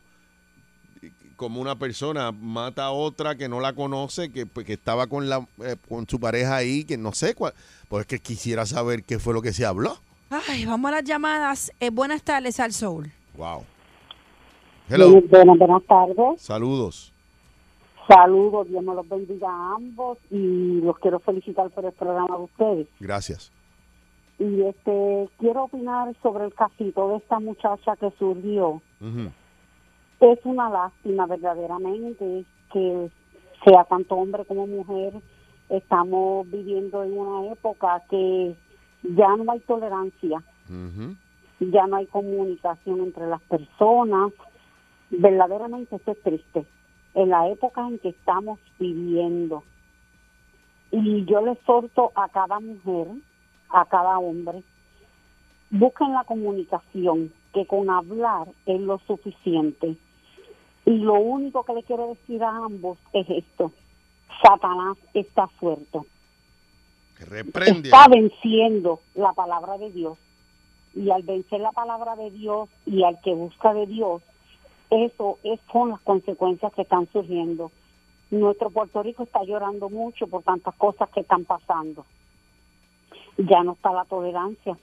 S4: cómo una persona mata a otra que no la conoce, que, pues, que estaba con la, eh, con su pareja ahí, que no sé cuál. Pues es que quisiera saber qué fue lo que se habló.
S5: Ay, vamos a las llamadas. Eh, buenas tardes al Soul.
S4: Wow. Hello.
S13: Buenas, buenas tardes.
S4: Saludos.
S13: Saludos, Dios me los bendiga a ambos y los quiero felicitar por el programa de ustedes.
S4: Gracias.
S13: Y este quiero opinar sobre el casito de esta muchacha que surgió.
S4: Ujú.
S13: Es una lástima verdaderamente que sea tanto hombre como mujer. Estamos viviendo en una época que ya no hay tolerancia.
S4: Ujú.
S13: ya no hay comunicación entre las personas. Verdaderamente esto es triste en la época en que estamos viviendo. Y yo le exhorto a cada mujer, a cada hombre, busquen la comunicación, que con hablar es lo suficiente. Y lo único que le quiero decir a ambos es esto, Satanás está fuerte
S4: Reprende.
S13: está venciendo la palabra de Dios. Y al vencer la palabra de Dios y al que busca de Dios, eso es con las consecuencias que están surgiendo. Nuestro Puerto Rico está llorando mucho por tantas cosas que están pasando. Ya no está la tolerancia.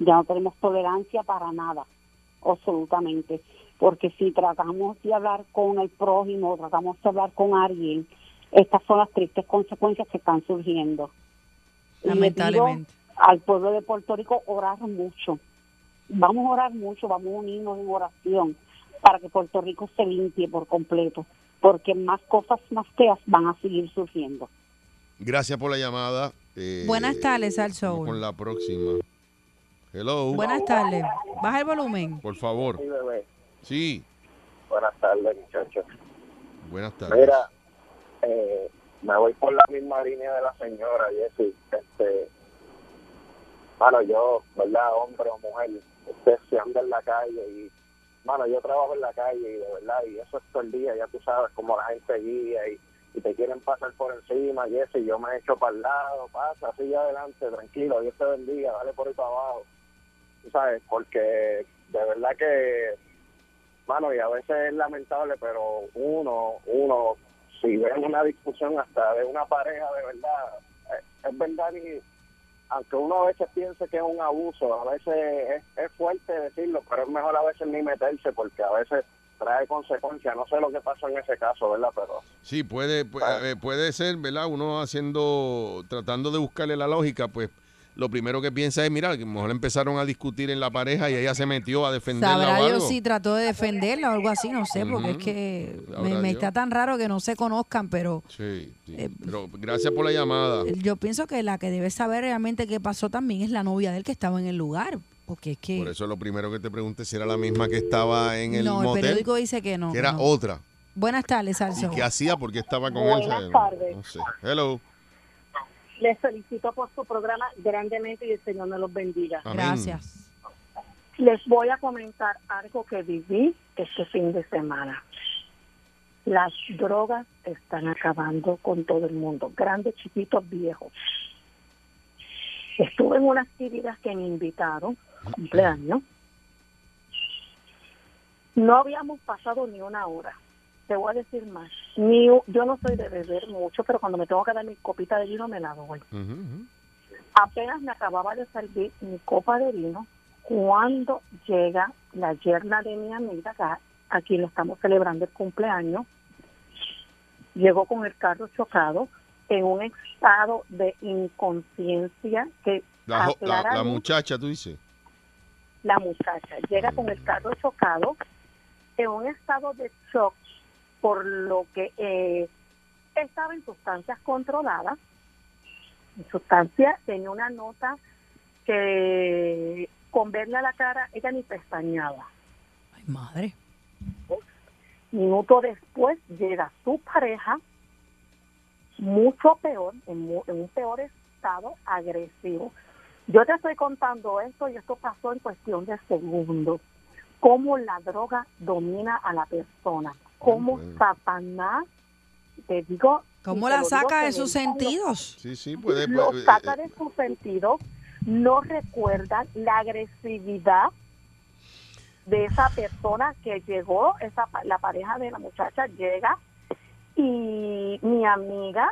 S13: Ya no tenemos tolerancia para nada, absolutamente. Porque si tratamos de hablar con el prójimo, tratamos de hablar con alguien, estas son las tristes consecuencias que están surgiendo. Y le pido
S5: Lamentablemente.
S13: al pueblo de Puerto Rico orar mucho, vamos a orar mucho, vamos a unirnos en oración para que Puerto Rico se limpie por completo, porque más cosas más feas van a seguir surgiendo.
S4: Gracias por la llamada. eh,
S5: Buenas tardes, Al
S4: vamos
S5: Soul.
S4: Con la próxima. Hello.
S5: Buenas tardes. Baja el volumen.
S4: Por favor.
S14: Sí, bebé.
S4: Sí.
S14: Buenas tardes, muchachos.
S4: Buenas tardes.
S14: Mira, eh, me voy por la misma línea de la señora, Jessy. Este, bueno, yo, ¿verdad? Hombre o mujer, usted se anda en la calle y, mano, yo trabajo en la calle y de verdad, y eso es todo el día, ya tú sabes cómo la gente guía y, y te quieren pasar por encima, Jessy. Yo me echo para el lado, pasa, sigue adelante, tranquilo, Dios te bendiga, dale por ahí para abajo. Tú sabes, porque de verdad que mano, y a veces es lamentable, pero uno, uno, si ven una discusión hasta de una pareja de verdad, eh, es verdad y aunque uno a veces piense que es un abuso, a veces es, es fuerte decirlo, pero es mejor a veces ni meterse porque a veces trae consecuencias. No sé lo que pasó en ese caso, ¿verdad? Pero
S4: Sí, puede, pu- eh, puede ser, ¿verdad? Uno haciendo, tratando de buscarle la lógica, pues lo primero que piensa es, mira, que a lo mejor empezaron a discutir en la pareja y ella se metió a defenderla
S5: Sabrá
S4: o algo.
S5: Dios si trató de defenderla o algo así, no sé, porque es que me,
S4: Sabrá
S5: me
S4: Dios.
S5: está tan raro que no se conozcan, pero
S4: Sí, sí.
S5: Eh,
S4: Pero gracias por la llamada.
S5: yo pienso que la que debe saber realmente qué pasó también es la novia de él que estaba en el lugar, porque es que
S4: Por eso lo primero que te pregunté si era la misma que estaba en el
S5: no, el
S4: motel,
S5: periódico dice que no.
S4: que era
S5: no.
S4: otra.
S5: Buenas
S4: ¿Y
S5: tardes, Salso.
S4: qué hacía? porque estaba con él?
S15: Buenas
S4: ¿sabes?
S15: tardes.
S4: No sé. Hello.
S15: Les felicito por su programa grandemente y el Señor nos los bendiga.
S4: Amén. Gracias.
S15: Les voy a comentar algo que viví este fin de semana. Las drogas están acabando con todo el mundo, grandes, chiquitos, viejos. Estuve en una actividad que me invitaron, cumpleaños. No habíamos pasado ni una hora. Te voy a decir más. Ni, u- yo no soy de beber mucho, pero cuando me tengo que dar mi copita de vino me la doy. Apenas me acababa de servir mi copa de vino cuando llega la yerna de mi amiga, acá, aquí le estamos celebrando el cumpleaños, llegó con el carro chocado en un estado de inconsciencia que
S4: La, jo- la-
S15: aclara
S4: la
S15: a mí
S4: muchacha, tú dices.
S15: la muchacha llega con el carro chocado en un estado de shock por lo que eh, estaba en sustancias controladas. En sustancia tenía una nota que con verle a la cara ella ni pestañaba.
S5: Madre.
S15: Minuto después llega su pareja, mucho peor, en, mu- en un peor estado agresivo. Yo te estoy contando esto y esto pasó en cuestión de segundos. Cómo la droga domina a la persona. Cómo Satanás, te digo...
S5: ¿Cómo
S15: y te
S5: la
S15: lo digo
S5: saca
S15: que
S5: de
S15: me
S5: sus
S15: encanta,
S5: sentidos?
S4: Sí, sí, puede.
S15: lo
S4: puede- eh,
S15: saca de sus sentidos, no recuerdan la agresividad de esa persona que llegó, esa pa- la pareja de la muchacha llega y mi amiga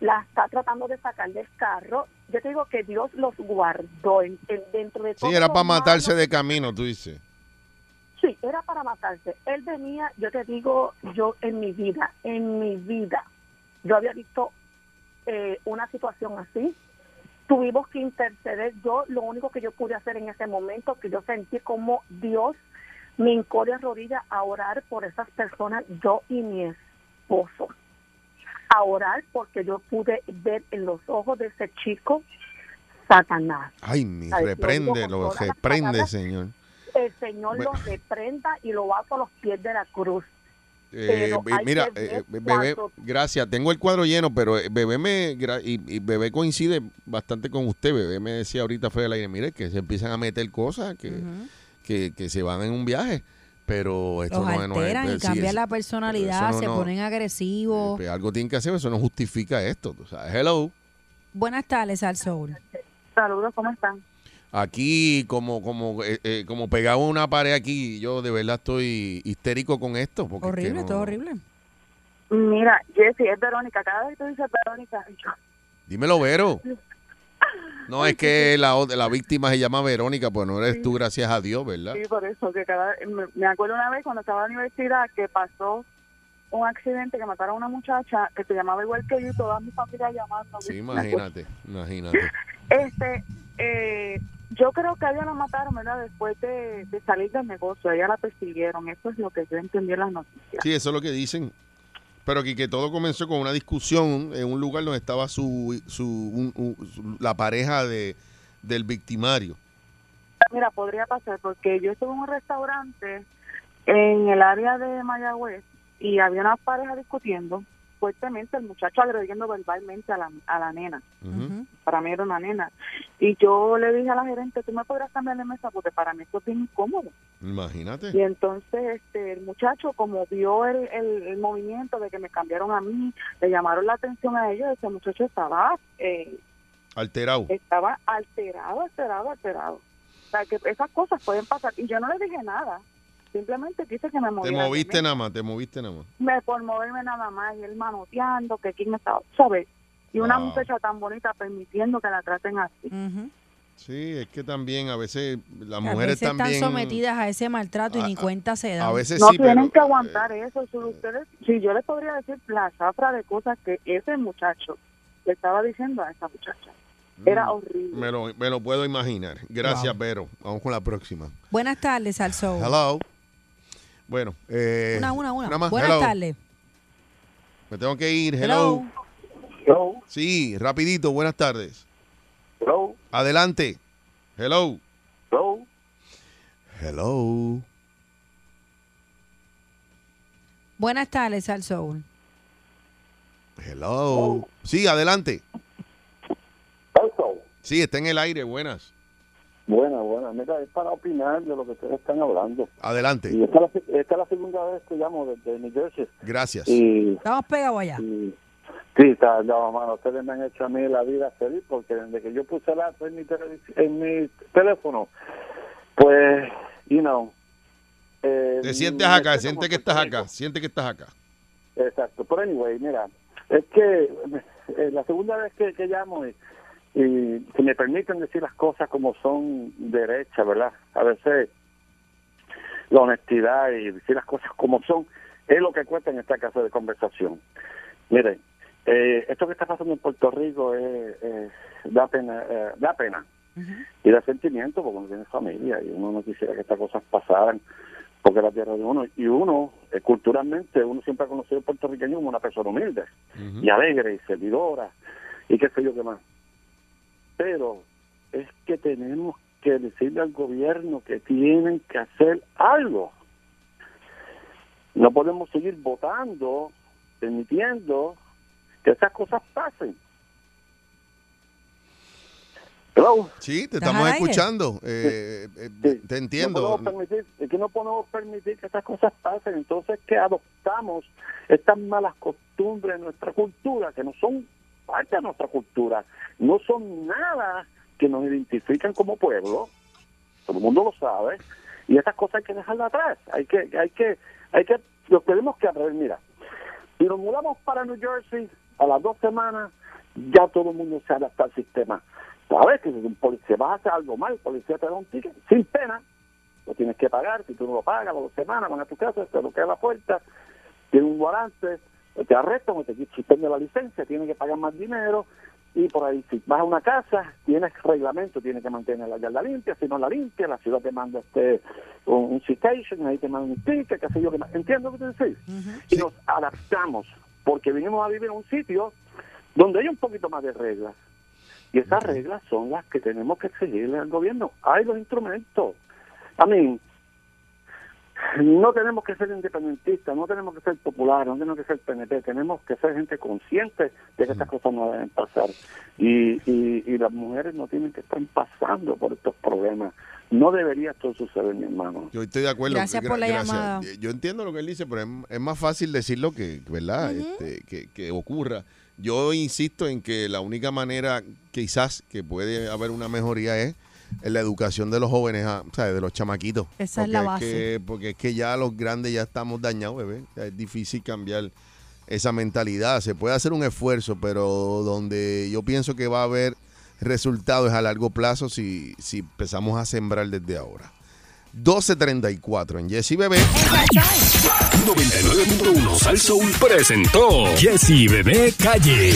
S15: la está tratando de sacar del carro. Yo te digo que Dios los guardó en- en- dentro de todo.
S4: sí, era
S15: lo
S4: para
S15: malo.
S4: matarse de camino, tú dices.
S15: Sí, era para matarse. Él venía, yo te digo, yo en mi vida, en mi vida, yo había visto eh, una situación así. Tuvimos que interceder. Yo lo único que yo pude hacer en ese momento, que yo sentí como Dios me hincó de rodillas a orar por esas personas, yo y mi esposo. A orar porque yo pude ver en los ojos de ese chico Satanás.
S4: Ay, mi,
S15: Ay, lo
S4: reprende,
S15: digo con
S4: lo
S15: todas las
S4: reprende,
S15: palabras.
S4: señor.
S15: El Señor
S4: Bueno.
S15: lo reprenda y lo va a los pies de la cruz.
S4: Eh,
S15: Pero
S4: be-
S15: hay
S4: mira,
S15: que ver
S4: eh, be- bebé,
S15: cuánto-
S4: gracias. Tengo el cuadro lleno, pero eh, bebé me gra- y, y bebé coincide bastante con usted. Bebé me decía ahorita fue del aire, mire que se empiezan a meter cosas, que, que, que se van en un viaje, pero esto
S5: Los
S4: no es- no es
S5: alteran
S4: pero
S5: y
S4: sí,
S5: cambian
S4: es-
S5: la personalidad,
S4: pero eso
S5: se
S4: no- no-
S5: ponen agresivos.
S4: pues algo tienen que hacer, eso no justifica esto. tú sabes. Hello,
S5: Buenas tardes, Salsoul.
S15: Saludos, ¿cómo están?
S4: aquí como como eh, eh, como pegaba una pared aquí, yo de verdad estoy histérico con esto. Porque es que
S5: Horrible,
S4: no-
S5: todo horrible.
S15: Mira, Jessy, es Verónica. Cada vez que tú dices Verónica, yo,
S4: Dímelo, Vero. No, es que la, ot- la víctima se llama Verónica, pues no eres tú, gracias a Dios, ¿verdad?
S16: Sí, por eso, que cada, me, me acuerdo una vez cuando estaba en la universidad que pasó un accidente que mataron a una muchacha que se llamaba igual que yo y toda mi familia llamándome.
S4: Sí, imagínate, imagínate.
S16: Este, eh, Yo creo que a ella la mataron, ¿verdad? Después de, de salir del negocio, a ella la persiguieron. Eso es lo que yo entendí en las noticias.
S4: Sí, eso es lo que dicen. Pero que, que todo comenzó con una discusión en un lugar donde estaba su, su, un- un- su- la pareja de, del victimario.
S16: Mira, podría pasar porque yo estuve en un restaurante en el área de Mayagüez y había una pareja discutiendo fuertemente, el muchacho agrediendo verbalmente a la, a la nena. Para mí era una nena. Y yo le dije a la gerente, tú me podrás cambiar de mesa porque para mí esto es bien incómodo.
S4: Imagínate.
S16: Y entonces este el muchacho, como vio el, el- el movimiento de que me cambiaron a mí, le llamaron la atención a ellos, ese muchacho estaba eh,
S4: Alterado.
S16: estaba alterado, alterado, alterado. O sea, que esas cosas pueden pasar. Y yo no le dije nada. Simplemente quise que me
S4: Te
S16: moviera.
S4: moviste nada más, te moviste nada más.
S16: Me por moverme nada más y él manoteando, que aquí me estaba, ¿sabes? Y una
S4: Wow.
S16: muchacha tan bonita permitiendo que la traten así.
S4: Sí, es que también a veces las
S5: A
S4: mujeres
S5: veces están
S4: también...
S5: sometidas a ese maltrato y ni cuenta se dan.
S4: a veces
S16: no
S4: sí,
S16: tienen
S4: pero-
S16: que aguantar eso. Si ustedes, si yo les podría decir la zafra de cosas que ese muchacho le estaba diciendo a esa muchacha.
S4: Mm.
S16: Era horrible.
S4: Me lo, me lo puedo imaginar. Gracias, Vero. Vamos con la próxima.
S5: Buenas tardes, Alzo.
S4: Hello. Bueno. eh,
S5: Una, una, una.
S4: más.
S5: Buenas
S4: Hello.
S5: tardes.
S4: Me tengo que ir. Hello.
S7: Hello.
S4: Sí, rapidito. Buenas tardes.
S7: Hello.
S4: Adelante. Hello.
S7: Hello.
S4: Hello.
S5: Buenas tardes, Alzo.
S4: Hello. Sí, adelante. Sí, está en el aire. Buenas.
S14: Buena, buena. Mira, es para opinar de lo que ustedes están hablando.
S4: Adelante.
S14: Y esta es la, esta es la segunda vez que llamo desde New Jersey.
S4: Gracias.
S14: Y,
S5: Estamos pegados allá.
S14: y- sí, está, no, mano, ustedes me han hecho a mí la vida feliz porque desde que yo puse la en mi, televis- en mi teléfono, pues, you know. eh,
S4: Te sientes
S14: me
S4: acá,
S14: siento
S4: siente que estás acá, siente que estás acá.
S14: Exacto, pero anyway, mira, es que eh, la segunda vez que, que llamo y, y si me permiten decir las cosas como son derecha, ¿verdad? A veces la honestidad y decir las cosas como son es lo que cuesta en esta clase de conversación. Miren, eh, esto que está pasando en Puerto Rico es, es- da pena, eh, da pena y da sentimiento porque uno tiene familia y uno no quisiera que estas cosas pasaran porque es la tierra de uno y uno eh, culturalmente uno siempre ha conocido al puertorriqueño como una persona humilde y alegre y servidora y qué sé yo qué más pero es que tenemos que decirle al gobierno que tienen que hacer algo no podemos seguir votando permitiendo que esas cosas pasen Hello.
S4: Sí, te
S14: ¿Estás
S4: estamos
S14: al aire?
S4: escuchando. eh, eh, Te
S14: No
S4: entiendo.
S14: podemos permitir, es que no podemos permitir que estas cosas pasen. Entonces, que adoptamos estas malas costumbres de nuestra cultura, que no son parte de nuestra cultura, no son nada que nos identifican como pueblo. Todo el mundo lo sabe. Y estas cosas hay que dejarlas atrás. Hay que, hay que, hay que, lo tenemos que aprender. Mira, si nos mudamos para New Jersey a las dos semanas, ya todo el mundo se adapta al sistema. Sabes que si un policía vas a hacer algo mal, el policía te da un ticket sin pena, lo tienes que pagar, si tú no lo pagas, a las dos semanas van a tu casa, te bloquea la puerta, tiene un guarante, te arrestan o te suspende la licencia, tienes que pagar más dinero y por ahí si vas a una casa, tienes reglamento, tienes que mantener la yarda limpia, si no la limpia, la ciudad te manda este un, un citation, ahí te manda un ticket, qué sé yo, qué más. entiendo lo que te decís. Y nos adaptamos, porque vinimos a vivir en un sitio donde hay un poquito más de reglas. Y esas reglas son las que tenemos que exigirle al gobierno. Hay los instrumentos. A mí, no tenemos que ser independentistas, no tenemos que ser populares, no tenemos que ser PNP, tenemos que ser gente consciente de que estas cosas no deben pasar. Y, y, y las mujeres no tienen que estar pasando por estos problemas. No debería esto suceder, mi hermano.
S4: Yo estoy de acuerdo.
S5: Gracias por la llamada.
S4: Eh, Yo entiendo lo que él dice, pero es, es más fácil decirlo que, ¿verdad? Este, que, que ocurra. Yo insisto en que la única manera quizás que puede haber una mejoría es en la educación de los jóvenes, ah, o sea, de los chamaquitos.
S5: Esa es la
S4: Porque
S5: base.
S4: que- porque es que ya los grandes ya estamos dañados, bebé. Ya es difícil cambiar esa mentalidad. Se puede hacer un esfuerzo, pero donde yo pienso que va a haber resultados es a largo plazo si, si empezamos a sembrar desde ahora. 12.34 en Jesse Bebé.
S1: 99.1 Sal Soul presentó Jesse Bebé Calle.